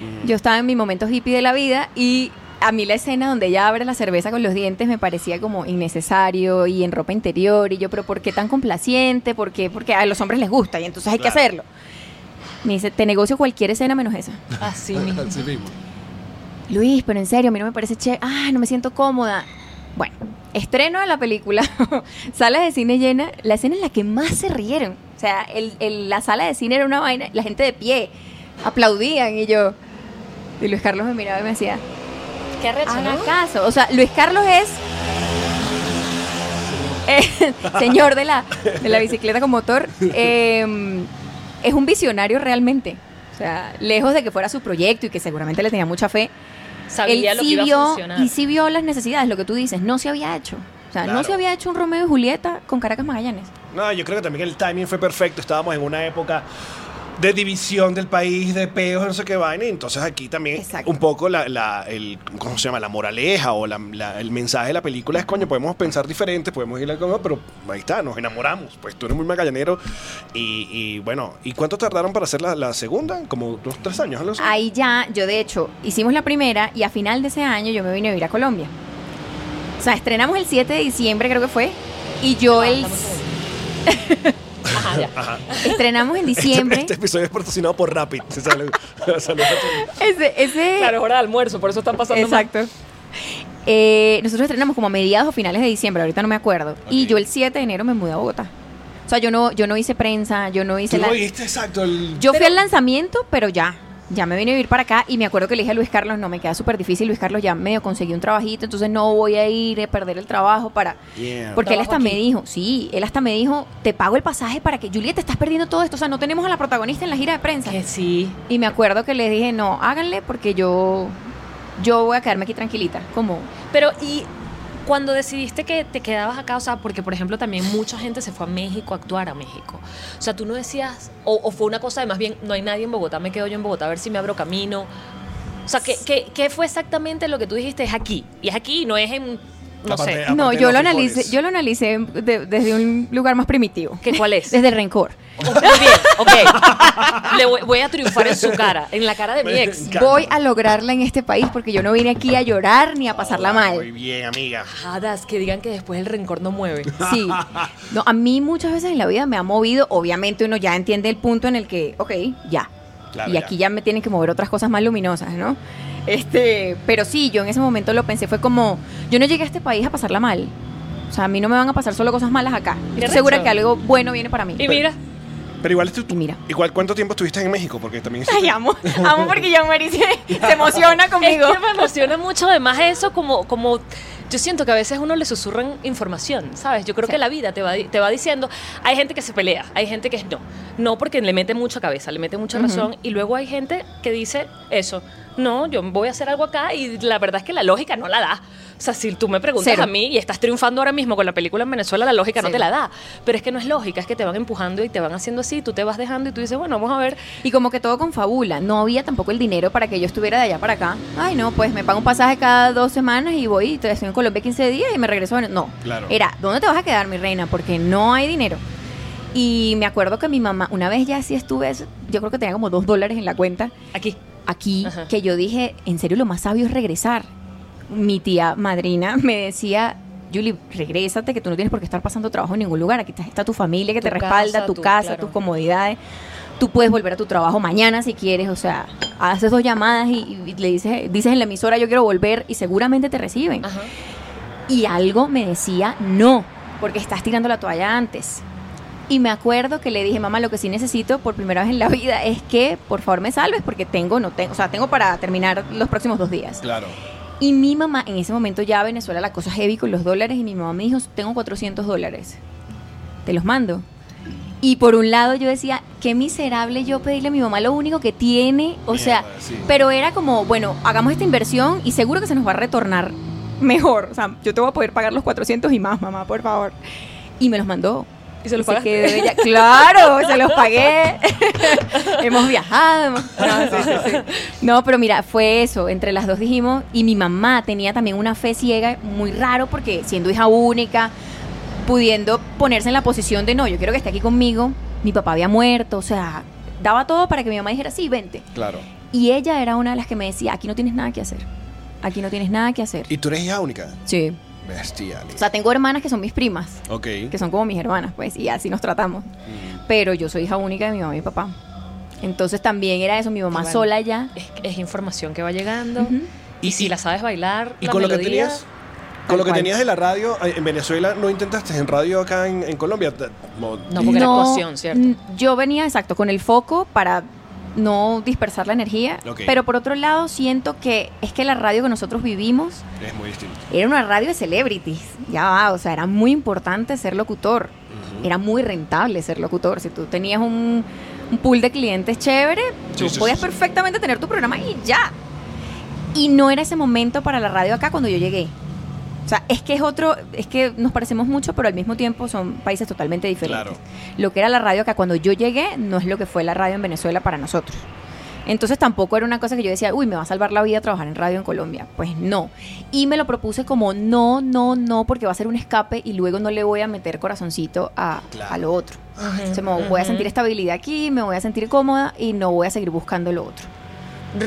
Mm.
Yo estaba en mi momento hippie de la vida y a mí la escena donde ella abre la cerveza con los dientes me parecía como innecesario y en ropa interior y yo, pero ¿por qué tan complaciente? ¿Por qué? Porque a los hombres les gusta y entonces hay que
Claro.
hacerlo. Me dice, te negocio cualquier escena menos esa.
Así mismo.
Luis, pero en serio, a mí no me parece che, ah, no me siento cómoda. Bueno, estreno de la película, salas de cine llena, la escena en la que más se rieron. O sea, el- el- la sala de cine era una vaina, la gente de pie, aplaudían y yo. Y Luis Carlos me miraba y me decía,
Qué arrecho,
hagan
Ah, ¿no?
caso. O sea, Luis Carlos es. eh, señor de la, de la bicicleta con motor. eh, es un visionario realmente. O sea, lejos de que fuera su proyecto y que seguramente le tenía mucha fe,
Sabía
él
lo que
sí
iba a
vio
funcionar.
y sí vio las necesidades, lo que tú dices, no se había hecho. O sea,
Claro.
no se había hecho un Romeo y Julieta con Caracas Magallanes.
No, yo creo que también el timing fue perfecto. Estábamos en una época de división del país, de peos, no sé qué vaina. y entonces aquí también
Exacto.
un poco la, la- el, ¿cómo se llama? La moraleja o la- la- el mensaje de la película es, coño, podemos pensar diferente, podemos ir a como, pero ahí está, nos enamoramos. Pues tú eres muy magallanero. Y, y, bueno, ¿y cuánto tardaron para hacer la, la segunda? Como dos, tres años, algo así.
Ahí ya, yo de hecho, hicimos la primera y a final de ese año yo me vine a vivir a Colombia. O sea, estrenamos el 7 de diciembre, creo que fue, y yo el...
Dame un segundo. Ajá, ya.
Ajá.
Estrenamos en
Este-
diciembre.
Este, episodio es patrocinado por Rapid. Salud. Salud.
Ese, ese-
Claro, es hora de almuerzo, por eso están pasando mal.
Exacto. Eh, nosotros estrenamos como a mediados o finales de diciembre, ahorita no me acuerdo. Y
Ok.
yo el 7 de enero me mudé a Bogotá. O sea, yo no, yo no hice prensa, yo no hice
Tú
la...
lo viste, exacto. El,
Yo fui al lanzamiento, pero ya. Ya me vine a vivir para acá y me acuerdo que le dije a Luis Carlos, no, me queda súper difícil, Luis Carlos ya medio conseguí un trabajito, entonces no voy a ir a perder el trabajo para...
Yeah.
Porque él
Trabajo
hasta me
aquí.
dijo, sí, él hasta me dijo, te pago el pasaje para que Juliet, te estás perdiendo todo esto, o sea, no tenemos a la protagonista en la gira de prensa.
Que sí.
Y me acuerdo que le dije, no, háganle porque yo, yo voy a quedarme aquí tranquilita, como...
Pero, ¿y cuando decidiste que te quedabas acá? O sea, porque, por ejemplo, también mucha gente se fue a México a actuar a México. O sea, tú no decías, o, o fue una cosa de más bien, no hay nadie en Bogotá, me quedo yo en Bogotá a ver si me abro camino. O sea, ¿qué, qué, qué fue exactamente lo que tú dijiste? Es aquí. Y es aquí, no es en. No
Aparte-
sé.
aparte
No,
de
yo
los
lo,
frijoles.
analicé, yo lo analicé de- desde un lugar más primitivo.
¿Qué, ¿Cuál es?
Desde el rencor.
Muy bien, ok. Le voy, voy a triunfar en su cara, en la cara de mi ex.
encanta.
Voy a lograrla en este país porque yo no vine aquí a llorar ni a pasarla
Ah, Muy
mal.
bien, amiga.
Jadas, que digan que después el rencor no mueve.
Sí. No, a mí muchas veces en la vida me ha movido. Obviamente uno ya entiende el punto en el que, ok, ya.
Claro,
y aquí ya. me tienen que mover otras cosas más luminosas, ¿no? Este, pero sí, yo en ese momento lo pensé, fue como, yo no llegué a este país a pasarla mal. O sea, a mí no me van a pasar solo cosas malas acá. Yo
Qué
Estoy segura
recho.
que algo bueno viene para mí.
Y mira,
Pero igual, tú, tú-
Y mira.
igual, ¿cuánto tiempo estuviste en México? Porque también
Ay, amo, amo porque Jean Marie se, se emociona
es
conmigo.
que me emociona mucho además eso como, como yo siento que a veces uno le susurran información, ¿sabes? Yo creo que la vida te va, di- te va diciendo, hay gente que se pelea, hay gente que es no, no porque le mete mucha cabeza, le mete mucha razón y luego hay gente que dice eso, no, yo voy a hacer algo acá y la verdad es que la lógica no la da. O sea, si tú me preguntas
Cero.
a mí y estás triunfando ahora mismo con la película en Venezuela, la lógica no
Cero.
te la da. Pero es que no es lógica, es que te van empujando y te van haciendo así, tú te vas dejando y tú dices, bueno, vamos a ver.
Y como que todo confabula, no había tampoco el dinero para que yo estuviera de allá para acá. Ay, no, pues me pago un pasaje cada dos semanas y voy, y te- estoy en Colombia 15 días y me regreso. a Vene- No,
Claro.
era, ¿dónde te vas a quedar, mi reina? Porque no hay dinero. Y me acuerdo que mi mamá, una vez ya sí estuve, yo creo que tenía como dos dólares en la cuenta
Aquí.
aquí
Ajá.
que yo dije, en serio, lo más sabio es regresar. Mi tía madrina me decía, Julie, regrésate, que tú no tienes por qué estar pasando trabajo en ningún lugar. Aquí está, está tu familia que
Tu
te respalda,
casa,
tu
tu-
casa,
claro.
tus comodidades. Tú puedes volver a tu trabajo mañana si quieres. O sea, haces dos llamadas y, y le dices, dices en la emisora, yo quiero volver y seguramente te reciben.
Ajá.
Y algo me decía, no, porque estás tirando la toalla antes. Y me acuerdo que le dije, mamá, lo que sí necesito por primera vez en la vida es que por favor me salves porque tengo, no tengo, o sea, tengo para terminar los próximos dos días.
Claro.
Y mi mamá, en ese momento ya Venezuela la cosa heavy con los dólares y mi mamá me dijo, tengo 400 dólares, te los mando. Y por un lado yo decía, qué miserable yo pedirle a mi mamá lo único que tiene, o sea,
Mierda, sí.
pero era como, bueno, hagamos esta inversión y seguro que se nos va a retornar mejor. O sea, yo te voy a poder pagar los 400 y más, mamá, por favor. Y me los mandó.
Y se los
Y
pagaste.
quedó ella- Claro, se los pagué. hemos viajado. hemos- No, sí, sí, sí. No, pero mira, fue eso. Entre las dos dijimos, y mi mamá tenía también una fe ciega muy raro porque siendo hija única, pudiendo ponerse en la posición de no, yo quiero que esté aquí conmigo. Mi papá había muerto, o sea, daba todo para que mi mamá dijera, sí, vente.
Claro.
Y ella era una de las que me decía, aquí no tienes nada que hacer. Aquí no tienes nada que hacer.
¿Y tú eres hija única?
Sí.
Bestia, Alice.
O sea, tengo hermanas que son mis primas,
Ok.
que son como mis hermanas, pues, y así nos tratamos. Pero yo soy hija única de mi mamá y mi papá. Entonces también era eso, mi mamá
Igual.
sola ya.
es, es información que va llegando. Y,
Y-
si
y-
la sabes bailar,
¿Y
la
con lo que
melodía,
tenías? Con lo que
cual.
tenías de la radio eh, en Venezuela, ¿no intentaste en radio acá en, en Colombia? Ta- mo-
No, porque era actuación, ¿cierto?
n- Yo venía, exacto, con el foco para no dispersar la energía.
Ok.
Pero por otro lado, siento que es que la radio que nosotros vivimos
Es muy distinto.
era una radio de celebrities. Ya va, o sea, era muy importante ser locutor. Era muy rentable ser locutor. Si tú tenías un, un pool de clientes chévere,
Sí,
tú
sí,
podías
sí, sí.
perfectamente tener tu programa y ya. Y no era ese momento para la radio acá cuando yo llegué. O sea, es que es otro, es que nos parecemos mucho, pero al mismo tiempo son países totalmente diferentes.
Claro.
Lo que era la radio acá cuando yo llegué no es lo que fue la radio en Venezuela para nosotros. Entonces tampoco era una cosa que yo decía, uy, me va a salvar la vida trabajar en radio en Colombia. Pues no. Y me lo propuse como, no, no, no, porque va a ser un escape y luego no le voy a meter corazoncito a,
Claro.
a lo otro. O sea, me voy a sentir estabilidad aquí, me voy a sentir cómoda y no voy a seguir buscando lo otro.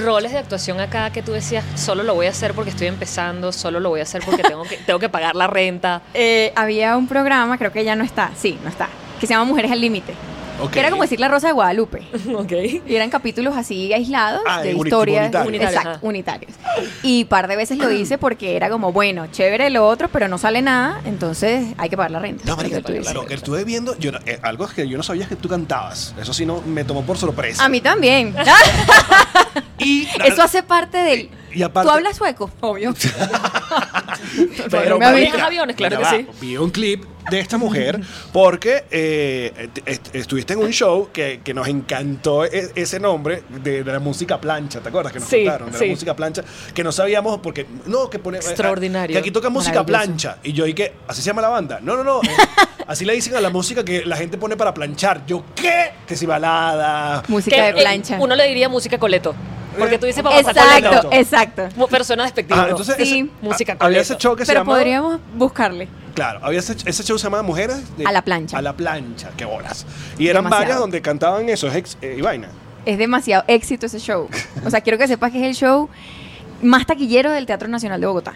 roles de actuación acá que tú decías, solo lo voy a hacer porque estoy empezando, solo lo voy a hacer porque tengo que, tengo que pagar la renta.
Eh, había un programa, creo que ya no está, sí, no está, que se llama Mujeres al Límite.
Ok.
Que era como decir La Rosa de Guadalupe.
ok.
Y eran capítulos así aislados
Ah,
de
unit-
historias.
unitarios.
Unitarios,
Exacto,
ajá.
unitarios. Y par de veces lo hice porque era como, bueno, chévere lo otro, pero no sale nada, entonces hay que pagar la renta.
No, marica,
Lo que tú dices.
lo que estuve viendo, yo, no- eh, algo que yo no sabía es que tú cantabas. Eso sí, no, me tomó por sorpresa.
A mí también.
Y,
Eso hace parte del...
Y aparte-
¿Tú hablas sueco? Obvio.
Pero
me había-
marica,
Los aviones, claro
ya
que
va, Vi un clip de esta mujer porque eh, est- est- estuviste en un show que, que nos encantó e- ese nombre de, de la música plancha, ¿te acuerdas? Que nos
Sí,
contaron de
sí.
la música plancha, que no sabíamos porque no, que pone eh, ah,
Extraordinario.
Que aquí toca música
Maravilloso.
plancha y yo y que así se llama la banda. No, no, no. eh, así le dicen a la música que la gente pone para planchar. Yo qué? Que si balada.
Música
Que,
de
eh,
plancha.
uno le diría música coleto. Porque tú dices para pasar por el
Exacto.
auto.
exacto.
Como persona despectiva.
Eh, Ah, entonces
Sí.
ese- ah,
Música con
había
eso.
ese show que se
Pero
llamaba
podríamos buscarle.
Claro, había ese, ese show se llamaba Mujeres de-
A la plancha.
A la plancha, qué bolas. Y eran
Demasiado.
varias donde cantaban eso, es ex- eh, y vaina.
Es demasiado éxito ese show. O sea, quiero que sepas que es el show más taquillero del Teatro Nacional de Bogotá.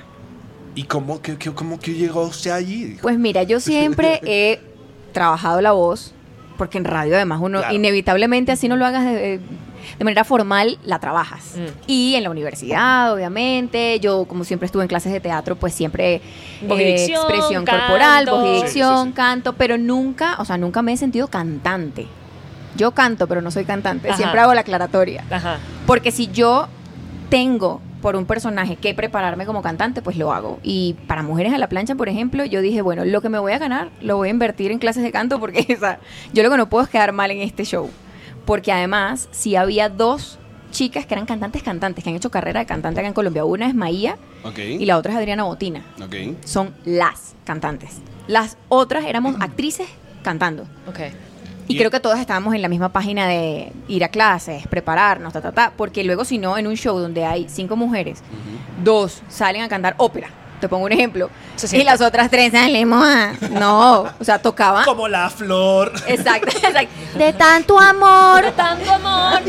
¿Y cómo que, que- cómo que llegó usted allí?
Pues mira, yo siempre he trabajado la voz, porque en radio además uno
Claro.
inevitablemente así no lo hagas de, de manera formal, la trabajas.
Mm.
Y en la universidad, obviamente, yo como siempre estuve en clases de teatro, pues siempre
Voz y dicción,
expresión
canto.
corporal, voz
Sí,
y
sí,
dicción,
sí.
canto, pero nunca, o sea, nunca me he sentido cantante. Yo canto, pero no soy cantante.
Ajá.
Siempre hago la aclaratoria.
Ajá.
Porque si yo tengo por un personaje que prepararme como cantante, pues lo hago. Y para mujeres a la plancha, por ejemplo, yo dije, bueno, lo que me voy a ganar lo voy a invertir en clases de canto porque o sea, yo lo que no puedo es quedar mal en este show. Porque además, sí había dos chicas que eran cantantes cantantes, que han hecho carrera de cantante acá en Colombia. Una es Maía
Ok.
y la otra es Adriana Botina.
Ok.
Son las cantantes. Las otras éramos actrices cantando.
Ok.
Y
Y-
creo que todas estábamos en la misma página de ir a clases, prepararnos, ta, ta, ta, porque luego si no, en un show donde hay cinco mujeres, dos salen a cantar ópera, te pongo un ejemplo,
Se
y
siente.
las otras tres salimos a... No, o sea, tocaba...
Como la flor.
Exacto, exacto. De tanto amor.
Tanto amor.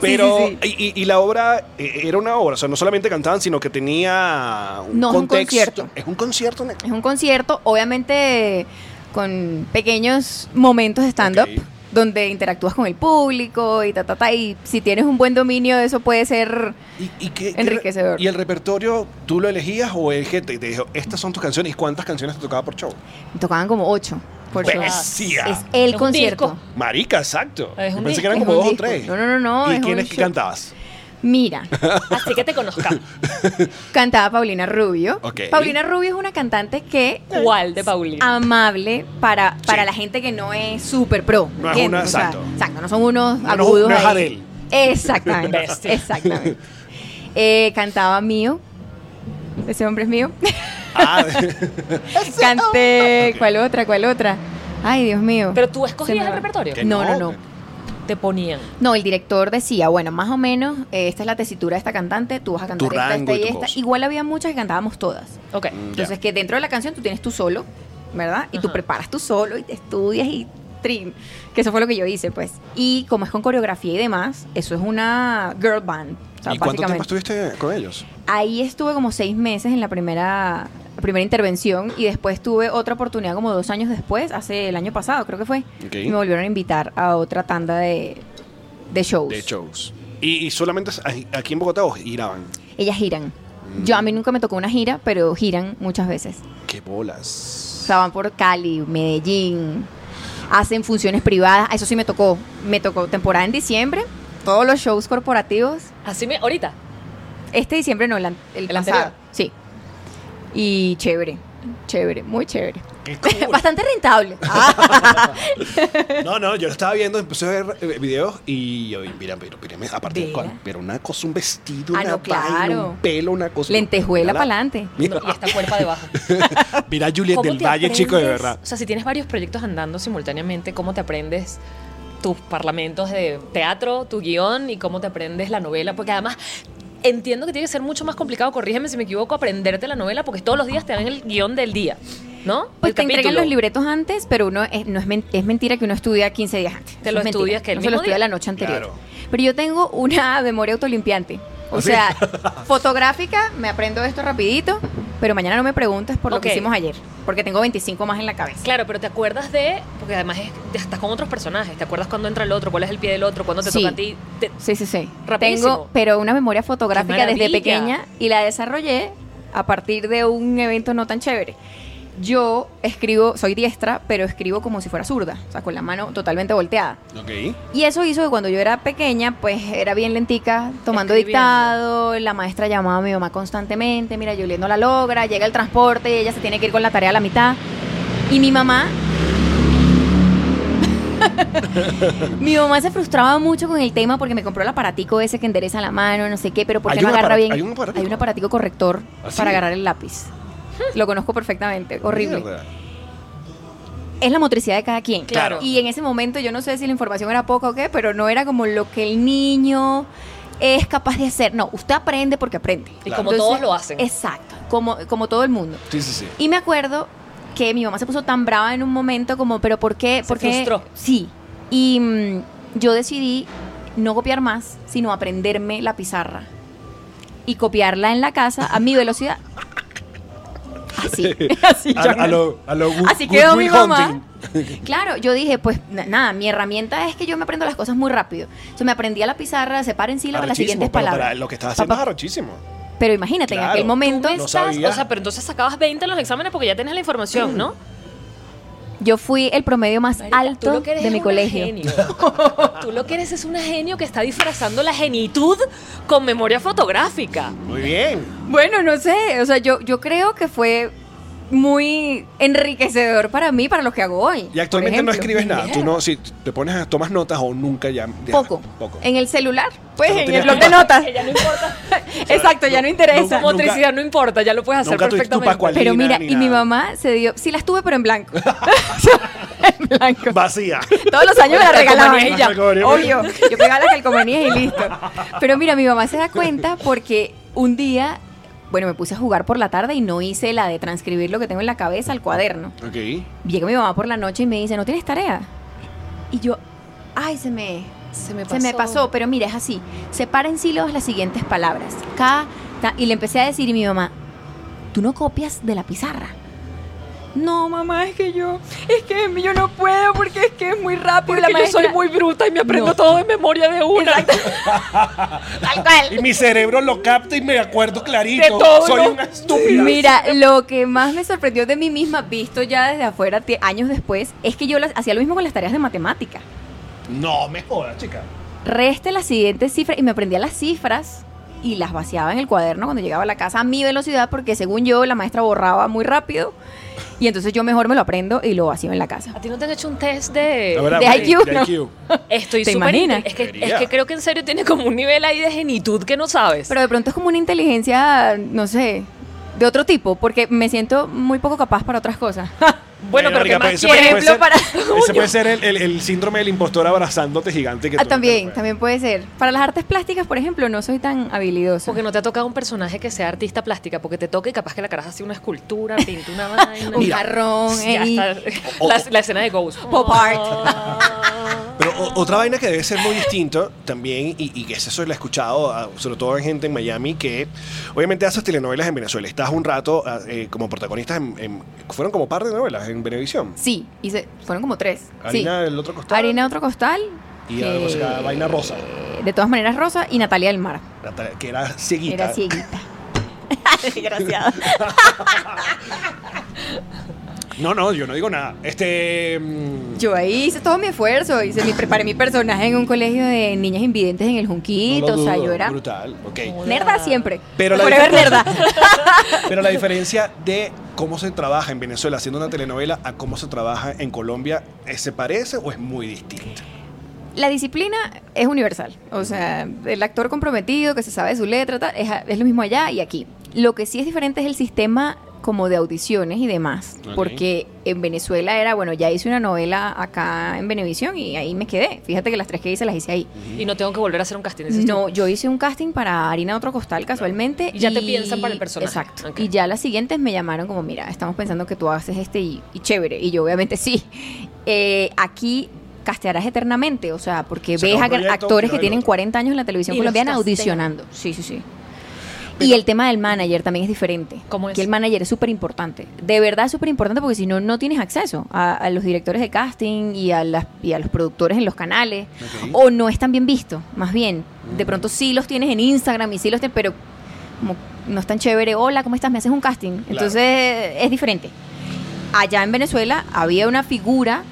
Pero,
sí,
Y, y- y la obra eh, era una obra, o sea, no solamente cantaban, sino que tenía un
No, es un
contexto.
concierto.
Es un concierto. ne-
Es un concierto, obviamente con pequeños momentos de stand-up.
Ok.
donde interactúas con el público y ta, ta, ta, y si tienes un buen dominio eso puede ser
¿Y, y qué- qué-
Enriquecedor.
¿Y el repertorio tú lo elegías o el que te, te dijo, estas son tus canciones y cuántas canciones te tocaba por show?
tocaban como ocho por show.
Bestia.
Es el
Es un
concierto.
disco.
Marica, exacto.
Es un
Yo Pensé
disco,
que eran
es
como
un
dos o
disco.
tres.
No, no, no, no,
¿Y
es
quién
un
es que
show.
cantabas?
Mira,
Así que te conozcamos.
cantaba Paulina Rubio.
Ok.
Paulina Rubio es una cantante que
¿Cuál de
Ah,
Paulina?
amable para, para
Sí.
la gente que no es súper pro. ¿me
No es
entiendes?
una-
O sea,
exacto.
exacto, no son unos
No, no,
agudos.
no es
ahí.
Adele.
Exactamente.
Bestia.
Exactamente. Eh, cantaba mío. Ese hombre es mío.
Ah,
Canté.
Ok.
¿Cuál otra? ¿Cuál otra? Ay, Dios mío.
Pero tú
Se
escogías
me
el
va.
repertorio.
que
No, no, no.
Te ponían.
No, el director decía, bueno, más o menos, eh, esta es la tesitura de esta cantante, tú vas a cantar
Tu
esta,
rango
esta
y
y
tu
esta.
cosa.
Igual había muchas que cantábamos todas.
Ok.
Mm,
Entonces, que dentro de la canción tú tienes tu solo, ¿verdad? Y tú
Ajá.
preparas tu solo y te estudias y trim. Que eso fue lo que yo hice, pues. Y como es con coreografía y demás, eso es una girl band. O sea,
¿Y cuánto tiempo
básicamente.
estuviste con ellos?
Ahí estuve como seis meses en la primera, la primera intervención y después tuve otra oportunidad como dos años después, hace el año pasado, creo que fue.
Ok.
Y me volvieron a invitar a otra tanda de, de shows.
De shows. Y, y solamente a- aquí en Bogotá o giraban.
Ellas giran.
Mm.
Yo a mí nunca me tocó una gira, pero giran muchas veces.
Qué bolas.
O sea, van por Cali, Medellín, hacen funciones privadas. Eso sí me tocó. Me tocó temporada en diciembre, todos los shows corporativos.
Así me. Ahorita.
Este diciembre no, el, an- el
¿El
pasado.
anterior?
Sí. Y chévere, chévere, muy chévere.
Qué cool.
Bastante rentable.
No, no, yo lo estaba viendo, empecé a ver eh, videos y yo, mira, pero mírame, aparte,
Vea.
cuál- pero una cosa, un vestido,
Ah,
una
no,
vaina,
claro.
un pelo, una cosa.
Lentejuela
Mira la-
pa'lante.
Mira,
Y esta cuerpa debajo.
mira a Juliet
¿Cómo
del
te
Valle, chico, de
aprendes?
verdad.
O sea, si tienes varios proyectos andando simultáneamente, ¿cómo te aprendes tus parlamentos de teatro, tu guión y cómo te aprendes la novela? Porque además entiendo que tiene que ser mucho más complicado, corrígeme si me equivoco, aprenderte la novela porque todos los días te dan el guión del día, ¿no?
Pues
El
te entregan
capítulo.
los libretos antes, pero uno es, no es, men- es mentira que uno estudia 15 días antes.
Te
Eso
lo
es mentira.
estudias que el
Uno se lo
mismo
estudia
día.
la noche anterior.
Claro. ¿Ah,
Pero yo tengo una memoria autolimpiante. O
¿Sí?
sea, fotográfica, me aprendo esto rapidito, pero mañana no me preguntas por lo que
Ok.
hicimos ayer, porque tengo 25 más en la cabeza.
Claro, pero te acuerdas de, porque además es- estás con otros personajes, te acuerdas cuándo entra el otro, cuál es el pie del otro, cuándo te
Sí.
toca a ti. Te-
Sí, sí, sí.
Rapidísimo.
Tengo, pero una memoria fotográfica
¡Qué
desde
maravilla!
pequeña y la desarrollé a partir de un evento no tan chévere. Yo escribo, soy diestra, pero escribo como si fuera zurda, o sea, con la mano totalmente volteada.
Ok.
Y eso hizo que cuando yo era pequeña, pues era bien lentica, tomando
Escribiendo.
dictado, la maestra llamaba a mi mamá constantemente, mira, Juliet no la logra, llega el transporte y ella se tiene que ir con la tarea a la mitad. Y mi mamá... mi mamá se frustraba mucho con el tema porque me compró el aparatico ese que endereza la mano, no sé qué, pero
Hay
porque no
un
agarra
apara-
bien...
hay un aparatico.
Hay un aparatico corrector
¿Ah, sí?
para agarrar el lápiz. Lo conozco perfectamente, horrible.
Mierda.
es la motricidad de cada quien.
Claro.
Y en ese momento yo no sé si la información era poca o qué, pero no era como lo que el niño es capaz de hacer. No, usted aprende porque aprende.
Y como todos lo hacen.
Exacto, como, como todo el mundo.
Sí, sí, sí.
Y me acuerdo que mi mamá se puso tan brava en un momento como, pero ¿por qué?
Se
¿Por qué?
frustró.
Sí. Y mm, yo decidí no copiar más, sino aprenderme la pizarra y copiarla en la casa a mi velocidad. Así, así.
A,
yo-
a lo, a lo Good-
Así quedó mi
Goodwill
mamá.
Hunting.
Claro, yo dije, pues na- nada, mi herramienta es que yo me aprendo las cosas muy rápido. Entonces me aprendí a la pizarra, separo en sílabas las
Arrechísimo,
siguientes
pero para
palabras.
lo que estás haciendo es
Papá,
arrechísimo.
pero imagínate, en
Claro,
aquel momento
no
Estás-
sabía.
O sea, pero entonces sacabas 20 en los exámenes porque ya tenías la información, ¿no?
yo fui el promedio más
Marica, tú
alto
lo que eres
de
es
mi
una
colegio.
genio. tú lo que eres es una genio que está disfrazando la genitud con memoria fotográfica.
Muy bien.
Bueno, no sé, o sea, yo, yo creo que fue muy enriquecedor para mí, para lo que hago hoy.
Y actualmente
por
no
ejemplo.
escribes nada. Tú no, si te pones a tomas notas o nunca ya. ya-
Poco.
Poco.
En el celular, pues
Pero no
en el
tenías
blog de
nota.
notas.
Que ya no importa.
Exacto, ya no interesa.
Nunca-
Motricidad no importa, ya lo puedes hacer
nunca tuviste tu
perfectamente.
Pascualina
Pero mira,
ni
y mi
nada.
mamá se dio, sí las tuve, pero en blanco. en blanco.
Vacía.
Todos los años me la
Las
regalaban
calcomanías,
ella.
las calcomanías.
Obvio. Yo pegaba las calcomanías y listo. Pero mira, mi mamá se da cuenta porque un día, bueno, me puse a jugar por la tarde y no hice la de transcribir lo que tengo en la cabeza al cuaderno.
ok.
Llega mi mamá por la noche y me dice, ¿no tienes tarea? Y yo, ay, se me,
Se me
se me pasó, pero mira, es así. Separa en sílabas las siguientes palabras. Cada, ta- y le empecé a decir, y mi mamá, tú no copias de la pizarra. No, mamá, es que yo, es que yo no puedo porque es que es muy rápido.
Porque
la
yo soy
maestra-
muy bruta y me aprendo
No.
todo de memoria de una.
Tal cual.
Y mi cerebro lo capta y me acuerdo clarito.
De todo,
Soy
¿no?
una estúpida.
Mira, lo que más me sorprendió de mí misma, visto ya desde afuera tie- años después, es que yo las- hacía lo mismo con las tareas de matemática.
No me jodas, chica.
Reste las siguientes cifras y me aprendía las cifras y las vaciaba en el cuaderno cuando llegaba a la casa a mi velocidad porque según yo la maestra borraba muy rápido y entonces yo mejor me lo aprendo y lo vacío en la casa.
¿A ti no te han hecho un test de...?
La verdad,
Eh, de
muy-
IQ, ¿no?
Estoy
¿Te
súper
imaginas?
inte- Es que, es
Debería.
que creo que en serio tiene como un nivel ahí de genitud que no sabes.
Pero de pronto es como una inteligencia, no sé, de otro tipo porque me siento muy poco capaz para otras cosas.
bueno, pero
marica,
¿qué
Eh,
más
pues, ese puede-
quieres?
ejemplo,
puede ser-
para-
Ese puede ser el, el- el síndrome del impostor abrazándote gigante. Que
Ah,
tú-
también, también puede ser. Para las artes plásticas, por ejemplo, no soy tan habilidosa.
Porque no te ha tocado un personaje que sea artista plástica, porque te toca y capaz que la caraja hace una escultura, pinta una vaina.
Un
Mira,
jarrón,
Ya
eh, y-
está.
O- o-
La, la escena de Ghost.
Pop art.
Pero o- otra vaina que debe ser muy distinto también, y, y que eso lo he escuchado, ah, sobre todo en gente en Miami, que obviamente haces telenovelas en Venezuela. Estás un rato ah, eh, como protagonista en, en- Fueron como par de novelas en Venevisión.
Sí, hice, fueron como tres. sí.
Harina del otro costado.
Harina otro costal.
Y la
que-
música Vaina Rosa.
De todas maneras, Rosa y Natalia del Mar.
Natalia, Que era cieguita.
Era cieguita. Desgraciada.
No, no, yo no digo nada. Este. mm,
Yo ahí hice todo mi esfuerzo, hice mi, preparé mi personaje en un colegio de niñas invidentes en el Junquito,
no lo
o sea,
dudo,
yo era
Brutal, ok.
nerda siempre.
Pero la
Forever
diferencia-
nerda.
Pero la diferencia de cómo se trabaja en Venezuela haciendo una telenovela a cómo se trabaja en Colombia, ¿eh, ¿se parece o es muy distinta?
La disciplina es universal, o sea, el actor comprometido que se sabe su letra tal, es, es lo mismo allá y aquí. Lo que sí es diferente es el sistema como de audiciones y demás,
Ok.
porque en Venezuela era, bueno, ya hice una novela acá en Venevisión y ahí me quedé. Fíjate que las tres que hice las hice ahí.
Y no tengo que volver a hacer un casting. dices tú.
No, yo hice un casting para Harina de Otro Costal casualmente.
Y ya te piensan para el personaje.
Exacto.
Ok.
Y ya las siguientes me llamaron como, mira, estamos pensando que tú haces este y, y chévere. Y yo obviamente sí. Eh, aquí castearás eternamente, o sea, porque
Será
ves
un
a
proyecto, pero
actores que
el
tienen
otro.
40 años en la televisión
Y los
colombiana
castean.
audicionando. Sí, sí, sí. Y el tema del manager también es diferente.
¿Cómo es?
Que el manager es súper importante. De verdad es súper importante porque si no, no tienes acceso a, a los directores de casting y a, las, y a los productores en los canales.
Ok.
O no es tan bien visto, más bien.
Mm.
De pronto sí los tienes en Instagram y sí los tienes, pero como no es tan chévere. Hola, ¿cómo estás? Me haces un casting. Entonces es diferente. Allá en Venezuela había una figura,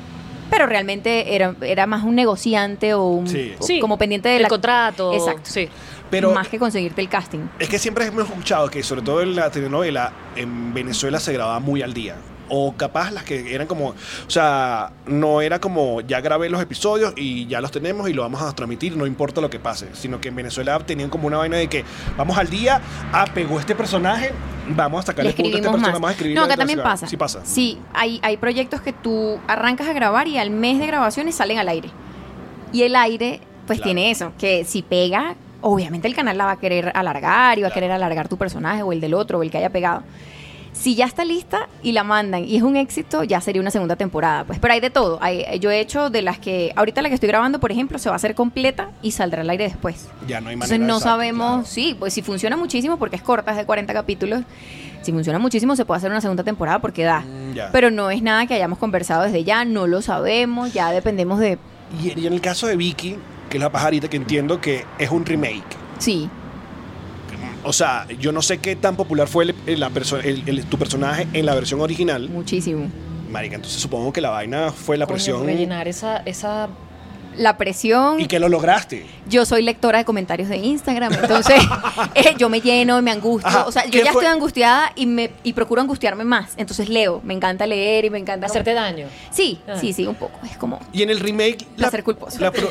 pero realmente era, era más un negociante o un,
Sí.
o
Sí,
como pendiente del
el contrato.
Exacto.
Sí.
Pero
Más que conseguirte el casting.
es que siempre hemos escuchado que, sobre todo en la telenovela, en Venezuela se grababa muy al día. O capaz las que eran como, o sea, no era como ya grabé los episodios y ya los tenemos y lo vamos a transmitir, no importa lo que pase. Sino que en Venezuela tenían como una vaina de que vamos al día, ah, pegó este personaje, Vamos a sacar
le
el punto a esta
escribimos
persona,
más.
vamos a escribirle
no, acá
otra
también
ciudad.
pasa.
Sí pasa.
Sí, hay, hay proyectos que tú arrancas a grabar y al mes de grabaciones salen al aire. Y el aire, pues
Claro.
tiene eso, que si pega, obviamente el canal la va a querer alargar y va a querer alargar tu personaje o el del otro o el que haya pegado. Si ya está lista y la mandan y es un éxito, ya sería una segunda temporada. Pues, pero hay de todo. Hay- yo he hecho de las que, ahorita la que estoy grabando, por ejemplo, se va a hacer completa y saldrá al aire después.
Ya no hay manera.
Entonces no
exacta,
sabemos,
claro.
sí, pues si funciona muchísimo porque es corta, es de 40 capítulos, si funciona muchísimo se puede hacer una segunda temporada porque da.
Mm, ya.
Pero no es nada que hayamos conversado desde ya, no lo sabemos, ya dependemos de...
Y, y en el caso de Vicky, que es la pajarita, que entiendo que es un remake.
Sí,
O sea, yo no sé qué tan popular fue el- el- la perso- el- el- tu personaje en la versión original.
muchísimo.
Marica, entonces supongo que la vaina fue la
Coño,
presión.
rellenar esa, esa
La presión,
Y que lo lograste.
yo soy lectora de comentarios de Instagram, entonces eh, yo me lleno y me angustio.
Ajá,
O sea, yo
¿qué
ya
fue?
estoy angustiada y, me, y procuro angustiarme más. Entonces leo, me encanta leer y me encanta...
hacerte daño.
Sí,
Ah.
sí, sí, un poco. Es como...
Y en el remake.
Placer culposo.
la pro-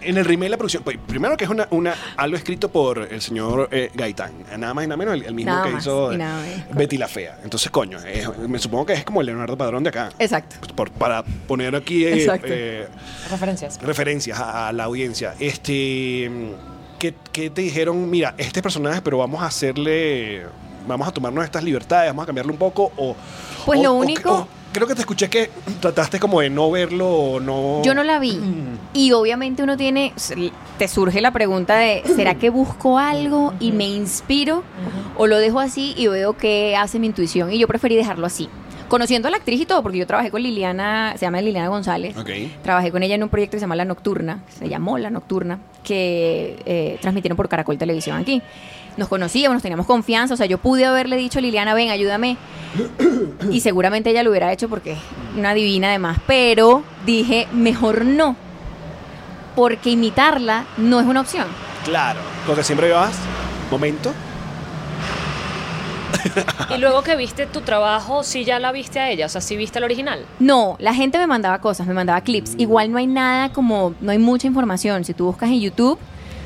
en el remake, la producción. pues, primero que es una, una, algo escrito por el señor eh, Gaitán. Nada más y nada menos el, el mismo
Nada
que
más
hizo
y
eh,
nada menos.
Betty la Fea. Entonces, coño, eh, me supongo que es como el Leonardo Padrón de acá.
Exacto.
Por- para poner aquí eh,
Exacto.
eh,
Referencias.
referencias a, a la audiencia. Este, mm, ¿qué, qué te dijeron? Mira, este personaje, pero vamos a hacerle, vamos a tomarnos estas libertades, vamos a cambiarle un poco o.
Pues
o-
lo
o-
único-
o- creo que te escuché que trataste como de no verlo o no.
Yo no la vi. Y obviamente uno tiene, te surge la pregunta de, ¿será que busco algo y me inspiro? ¿O lo dejo así y veo qué hace mi intuición? Y yo preferí dejarlo así. Conociendo a la actriz y todo, porque yo trabajé con Liliana, se llama Liliana González.
Ok.
Trabajé con ella en un proyecto que se llama La Nocturna, se llamó La Nocturna, que eh, transmitieron por Caracol Televisión aquí. Nos conocíamos, nos teníamos confianza, o sea, yo pude haberle dicho a Liliana, ven, ayúdame. Y seguramente ella lo hubiera hecho porque es una divina además, pero dije, mejor no, porque imitarla no es una opción.
Claro. Porque siempre vas, momento.
Y luego que viste tu trabajo, si ya la viste a ella, o sea, si viste al original.
No, la gente me mandaba cosas, me mandaba clips. Igual no hay nada como, no hay mucha información. Si tú buscas en YouTube,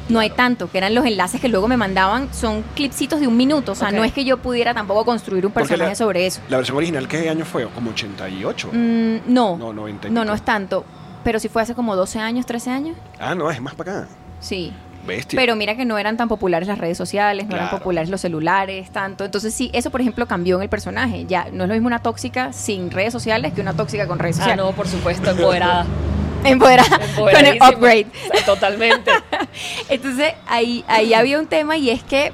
no hay tanto, que eran los enlaces que luego me mandaban, son clipsitos de un minuto. O sea,
Ok.
no es que yo pudiera tampoco construir un
Porque
personaje
la-
sobre eso.
La versión original, ¿qué año fue? Como 88.
Mm, no,
No, 90 y
no, no
pico.
es tanto. Pero si fue hace como 12 años, 13 años,
Ah, no, es más para acá.
sí.
Bestia.
Pero mira que no eran tan populares las redes sociales, no eran
Claro.
populares los celulares, tanto. Entonces sí, eso por ejemplo cambió en el personaje. Ya no es lo mismo una tóxica sin redes sociales que una tóxica con redes
Ah,
sociales.
no, por supuesto, empoderada.
Empoderada, con el
Empoderadísima.
upgrade.
O sea, Totalmente.
Entonces ahí, ahí había un tema y es que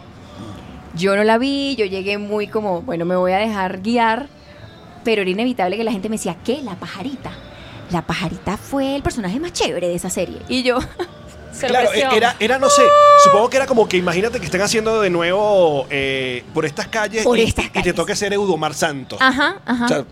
yo no la vi, yo llegué muy como, bueno, me voy a dejar guiar, pero era inevitable que la gente me decía, ¿qué? La pajarita. La pajarita fue el personaje más chévere de esa serie. Y yo,
Claro, e-
Sorpresión.
era, era, no sé, supongo que era como que imagínate que estén haciendo de nuevo eh, por estas calles
Por
y,
estas
y te
calles. Ah,
toca ser Eudomar Santos.
ajá,
O sea,
ajá.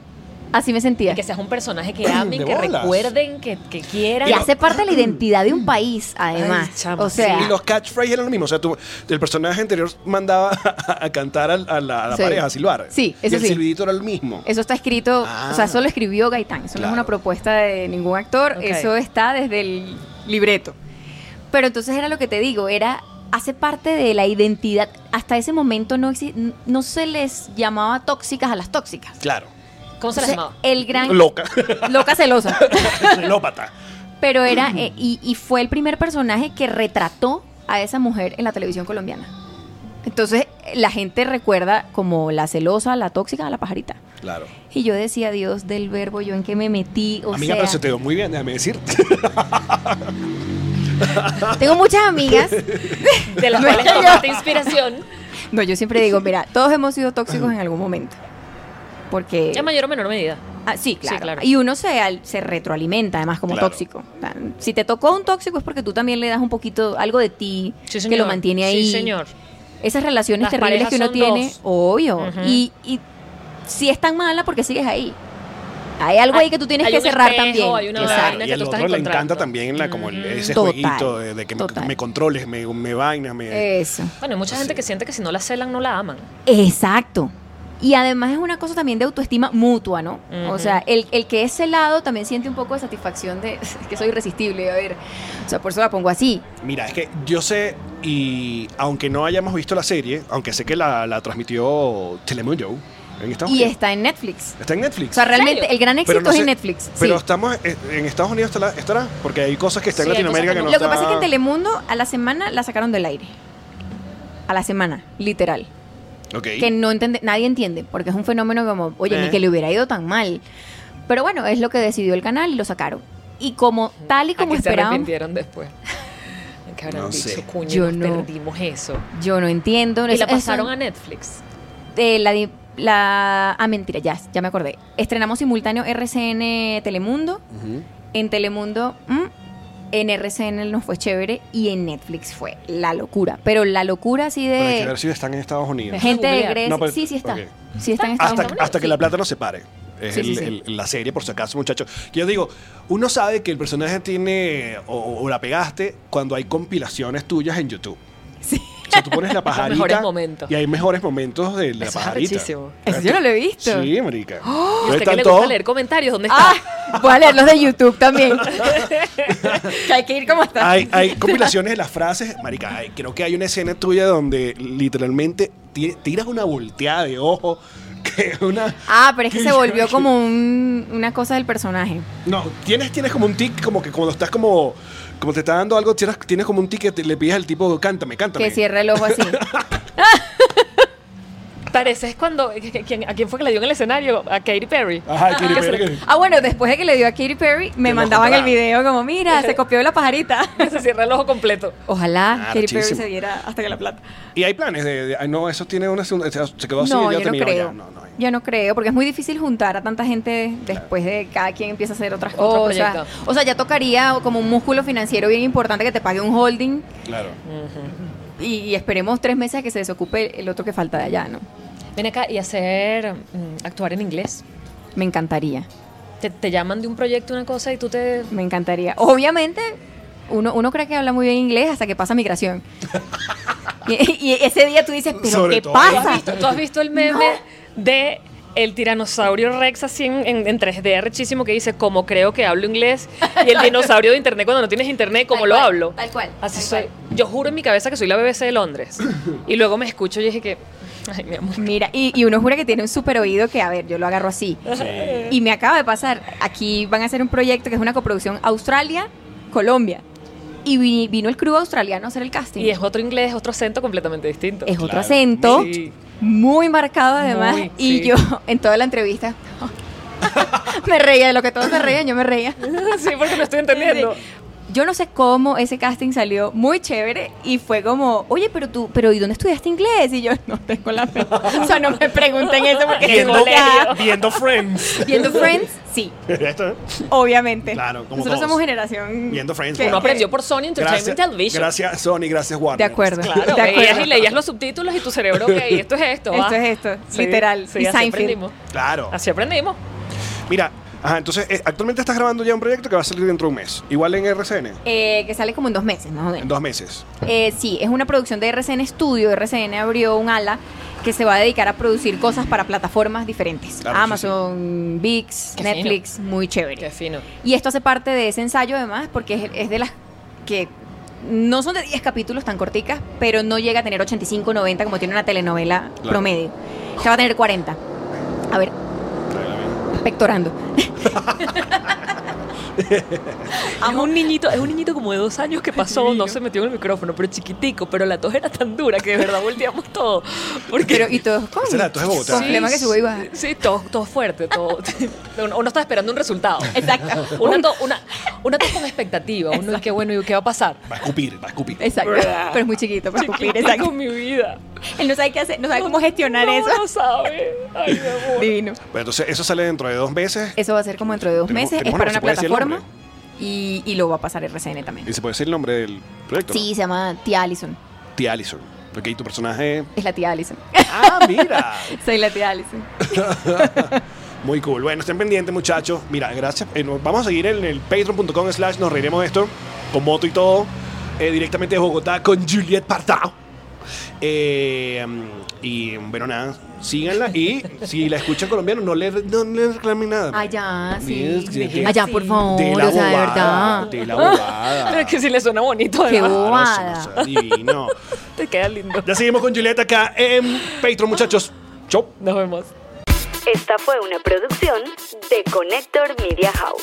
Así me sentía.
Que seas un personaje que
De
amen, que
bolas.
recuerden, que, que quieran.
Y hace parte de la identidad de un país, además.
Ay, chama,
o sea,
y los catchphrases eran lo mismo. O sea, tú, el personaje anterior mandaba a, cantar al- a la, a la
Sí.
pareja a silbar.
Sí, eso
y el
sí.
silbidito era el mismo.
Eso está escrito, o sea,
Ah.
eso lo escribió Gaitán, eso no
Claro.
es una propuesta de ningún actor,
Ok.
eso está desde el libreto. Pero entonces era lo que te digo, era hace parte de la identidad. Hasta ese momento no exi- no se les llamaba tóxicas a las tóxicas.
Claro.
¿Cómo se las
Entonces,
llamaba?
el gran
Loca.
loca celosa.
Celópata.
Pero era eh, y, y fue el primer personaje que retrató a esa mujer en la televisión colombiana. Entonces la gente recuerda como la celosa, la tóxica, la pajarita.
Claro.
Y yo decía, Dios del verbo, yo en qué me metí. O
Amiga,
sea,
pero se te dio muy bien, déjame decirte.
tengo muchas amigas.
De las cuales tomaste inspiración.
No, yo siempre digo, mira, todos hemos sido tóxicos en algún momento. Porque.
En mayor o menor medida.
Ah, sí, claro.
claro.
Y uno se, al- se retroalimenta, además, como
Claro.
tóxico. O sea, Si te tocó un tóxico es porque tú también le das un poquito, algo de ti,
Sí,
que
señor.
lo mantiene ahí.
Sí, señor.
Esas relaciones
Las
terribles que uno
parejas son
tiene,
dos.
obvio.
Ujú.
y, y si es tan mala, porque sigues ahí. Hay algo ahí que tú tienes
Hay
que
un
cerrar
espejo,
también.
hay una
Exacto.
vaina
y
que
al
tú estás
otro le
encontrando.
encanta también la, como el- ese
Mm. Total,
jueguito de, de que me,
total. Eh,
me controles, me, me vainas, me.
Eso.
Bueno, hay mucha gente que siente que si no la celan, no la aman.
Exacto. Y además es una cosa también de autoestima mutua, ¿no? O sea, el, el que es celado también siente un poco de satisfacción de que soy irresistible, a ver. O sea, por eso la pongo así.
Mira, es que yo sé, y aunque no hayamos visto la serie, aunque sé que la, la transmitió Telemundo, en Estados
Y
Unidos.
está en Netflix.
Está en Netflix.
O sea, realmente el gran éxito
Pero no
es
sé-
en Netflix.
Pero
sí.
estamos eh, en Estados Unidos estará, estará, porque hay cosas que están en
Sí, hay cosas
Latinoamérica
que
que no
Lo que
está-
pasa es que en Telemundo a la semana la sacaron del aire. A la semana, literal.
Ok.
que no entende, nadie entiende, porque es un fenómeno como, oye,
Eh.
ni que le hubiera ido tan mal. Pero bueno, es lo que decidió el canal y lo sacaron. Y como tal y como
¿A qué se
esperaban,
arrepintieron después. Que habrán
No
dicho,
sé.
coño,
Yo
nos
no.
perdimos eso.
yo no entiendo.
Y
Eso-
la
eso-
pasaron a Netflix.
eh, la, di- la- ah, mentira, ya, ya me acordé. Estrenamos simultáneo RCN Telemundo.
Ujú.
En Telemundo, mm, en RCN nos fue chévere y en Netflix fue la locura. Pero la locura así
Pero hay que
de
ver si están en Estados Unidos.
gente de
Googlear.
Grecia.
No, pero-
sí, sí está.
ok.
Sí está en Estados
Hasta,
Unidos.
hasta que
Sí.
la plata no se pare. Es
Sí,
el-
sí, sí.
el- la serie, por si acaso, muchachos. Yo digo, uno sabe que el personaje tiene o, o la pegaste cuando hay compilaciones tuyas en YouTube. O sea, tú pones la pajarita
mejores momentos.
y hay mejores momentos de la
Eso es
pajarita.
arrechísimo.
Eso yo no lo he visto. Este
Sí, marica.
¿Y
Entonces
usted que
están
le
todos-
gusta leer comentarios? ¿Dónde está?
Ah, voy a leer los de YouTube también. que hay que ir como está.
Hay, hay compilaciones de las frases, marica, hay- creo que hay una escena tuya donde literalmente ti- tiras una volteada de ojo que es una...
Ah, pero es que se volvió como un- una cosa del personaje.
No, tienes, tienes como un tic, como que cuando estás como... Como te está dando algo, tienes, tienes como un tic que te- le pides al tipo, cántame, cántame.
Que cierra el ojo así.
Pareces cuando. que- que- ¿quién- ¿A quién fue que le dio en el escenario? A Katy Perry.
Ajá, Katy
Que se-
Perry.
Ah, bueno, después de que le dio a Katy Perry, me
Que no
mandaban el
compraba.
video como, mira, se copió la pajarita.
que se cierra el ojo completo.
Ojalá
Ah,
Katy Perry
arrechísimo.
se diera hasta que la plata.
Y hay planes de... de- ay, no, eso tiene una... segunda- Se quedó así.
No,
ya
yo no
terminó, ya,
creo.
no, no,
Yo no creo, porque es muy difícil juntar a tanta gente después de cada quien empieza a hacer otras
Otro
cosas.
proyecto.
O sea, ya tocaría como un músculo financiero bien importante que te pague un holding.
Claro.
Y, y esperemos tres meses a que se desocupe el otro que falta de allá, ¿no?
Ven acá y hacer. mm, actuar en inglés.
Me encantaría,
Te, te llaman de un proyecto, una cosa, y tú te.
me encantaría. Obviamente, uno, uno cree que habla muy bien inglés hasta que pasa migración. y, y ese día tú dices, ¿pero
Sobre
qué
todo.
¿Tú has
pasa?
visto, tú has visto el meme de el tiranosaurio Rex así en, en- en 3D rechísimo que dice como creo que hablo inglés y el dinosaurio de internet cuando no tienes internet como
Tal
lo
cual,
hablo
tal cual,
así
tal
soy yo juro en mi cabeza que soy la BBC de Londres y luego me escucho y dije que ay mi amor
Mira, y, y uno jura que tiene un super oído que, a ver, yo lo agarro así.
Eh.
Y me acaba de pasar, aquí van a hacer un proyecto que es una coproducción Australia-Colombia. Y vi- vino el crew australiano a hacer el casting.
y es otro inglés otro acento completamente distinto
es otro
Claro.
acento
Sí.
muy marcado además
Muy,
y
sí.
yo en toda la entrevista me reía de lo que todos se reían yo me reía
sí porque no estoy entendiendo
Sí. yo no sé cómo ese casting salió muy chévere y fue como oye pero tú pero ¿y dónde estudiaste inglés? y yo no tengo la fe o sea no me pregunten eso porque estoy
Viendo-
bloqueada.
Viendo Friends.
viendo Friends sí
Esto, ¿eh?
obviamente
Claro, como
nosotros
todos.
somos generación
Viendo Friends,
que-
bueno.
uno aprendió por Sony Entertainment
Gracias,
Television
gracias Sony, gracias Warner.
de acuerdo
Claro,
de
veías
acuerdo
y leías los subtítulos y tu cerebro, ok, esto es esto.
Esto
va.
es esto, literal.
Sí,
Y
así
Seinfeld.
aprendimos.
Claro.
Así aprendimos.
Mira, ajá, entonces eh, actualmente estás grabando ya un proyecto que va a salir dentro de un mes. Igual en RCN,
Eh, que sale como en dos meses más o menos
en dos meses.
Eh, sí, es una producción de RCN Studio. RCN abrió un ala que se va a dedicar a producir cosas para plataformas diferentes.
Claro, sí,
Amazon, VIX,
Qué
Netflix, muy
Qué
chévere.
fino.
Y esto hace parte de ese ensayo además porque es, es de las que no son de 10 capítulos tan corticas, pero no llega a tener 85, 90 como tiene una telenovela
Claro.
promedio. Esta va a tener 40. A ver, pectorando.
Amo un niñito, es un niñito como de dos años que pasó, no se metió en el micrófono, pero chiquitico, pero la tos era tan dura que de verdad volteamos todo. Porque
Pero, y todos con,
Ese dato es de Bogotá.
con flema que sube y baja.
Sí, todo, todo fuerte, todo. Uno, uno está esperando un resultado.
Exacto.
Una tos una, una tos con expectativa. Uno, y qué bueno, y qué va a pasar.
Va a escupir, va a escupir.
Exacto. Pero es muy chiquito para escupir,
Chiquitico,
exacto.
mi vida.
Él no sabe qué hacer, no sabe cómo gestionar
No,
eso.
No sabe. Ay, mi amor.
Divino.
Pero entonces eso sale dentro de dos meses.
Eso va a ser como dentro de dos
Tenemos-
meses. Es
tenemos
para
la- ¿se
una
puede decir el
plataforma
nombre?
y, y lo va a pasar RCN
Y
también.
se puede decir el nombre del proyecto.
Sí, se llama Tía Allison.
¿no? Tía Allison. Ok, tu personaje.
Es la tía Allison.
¡Ah, mira!
Soy la tía Allison.
Muy cool. Bueno, estén pendientes, muchachos. Mira, gracias. Eh, nos- vamos a seguir en el patreon.com slash nos reiremos de esto, con moto y todo, eh, directamente de Bogotá con Juliet Partao. Eh, mm, Y bueno, nada, síganla y si la escuchan colombiano, no le, no le reclamen nada.
Allá, sí.
Dios, que- que-
Allá, por favor,
de la
o sea, de
bobada,
verdad.
de la bobada.
Pero es que si le suena bonito,
Qué
además,
bo-
Claro, eso,
bobada.
eso, divino.
te queda lindo.
Ya seguimos con Julieta acá en Patreon, muchachos. Chau.
Nos vemos.
Esta fue una producción de Connector Media House.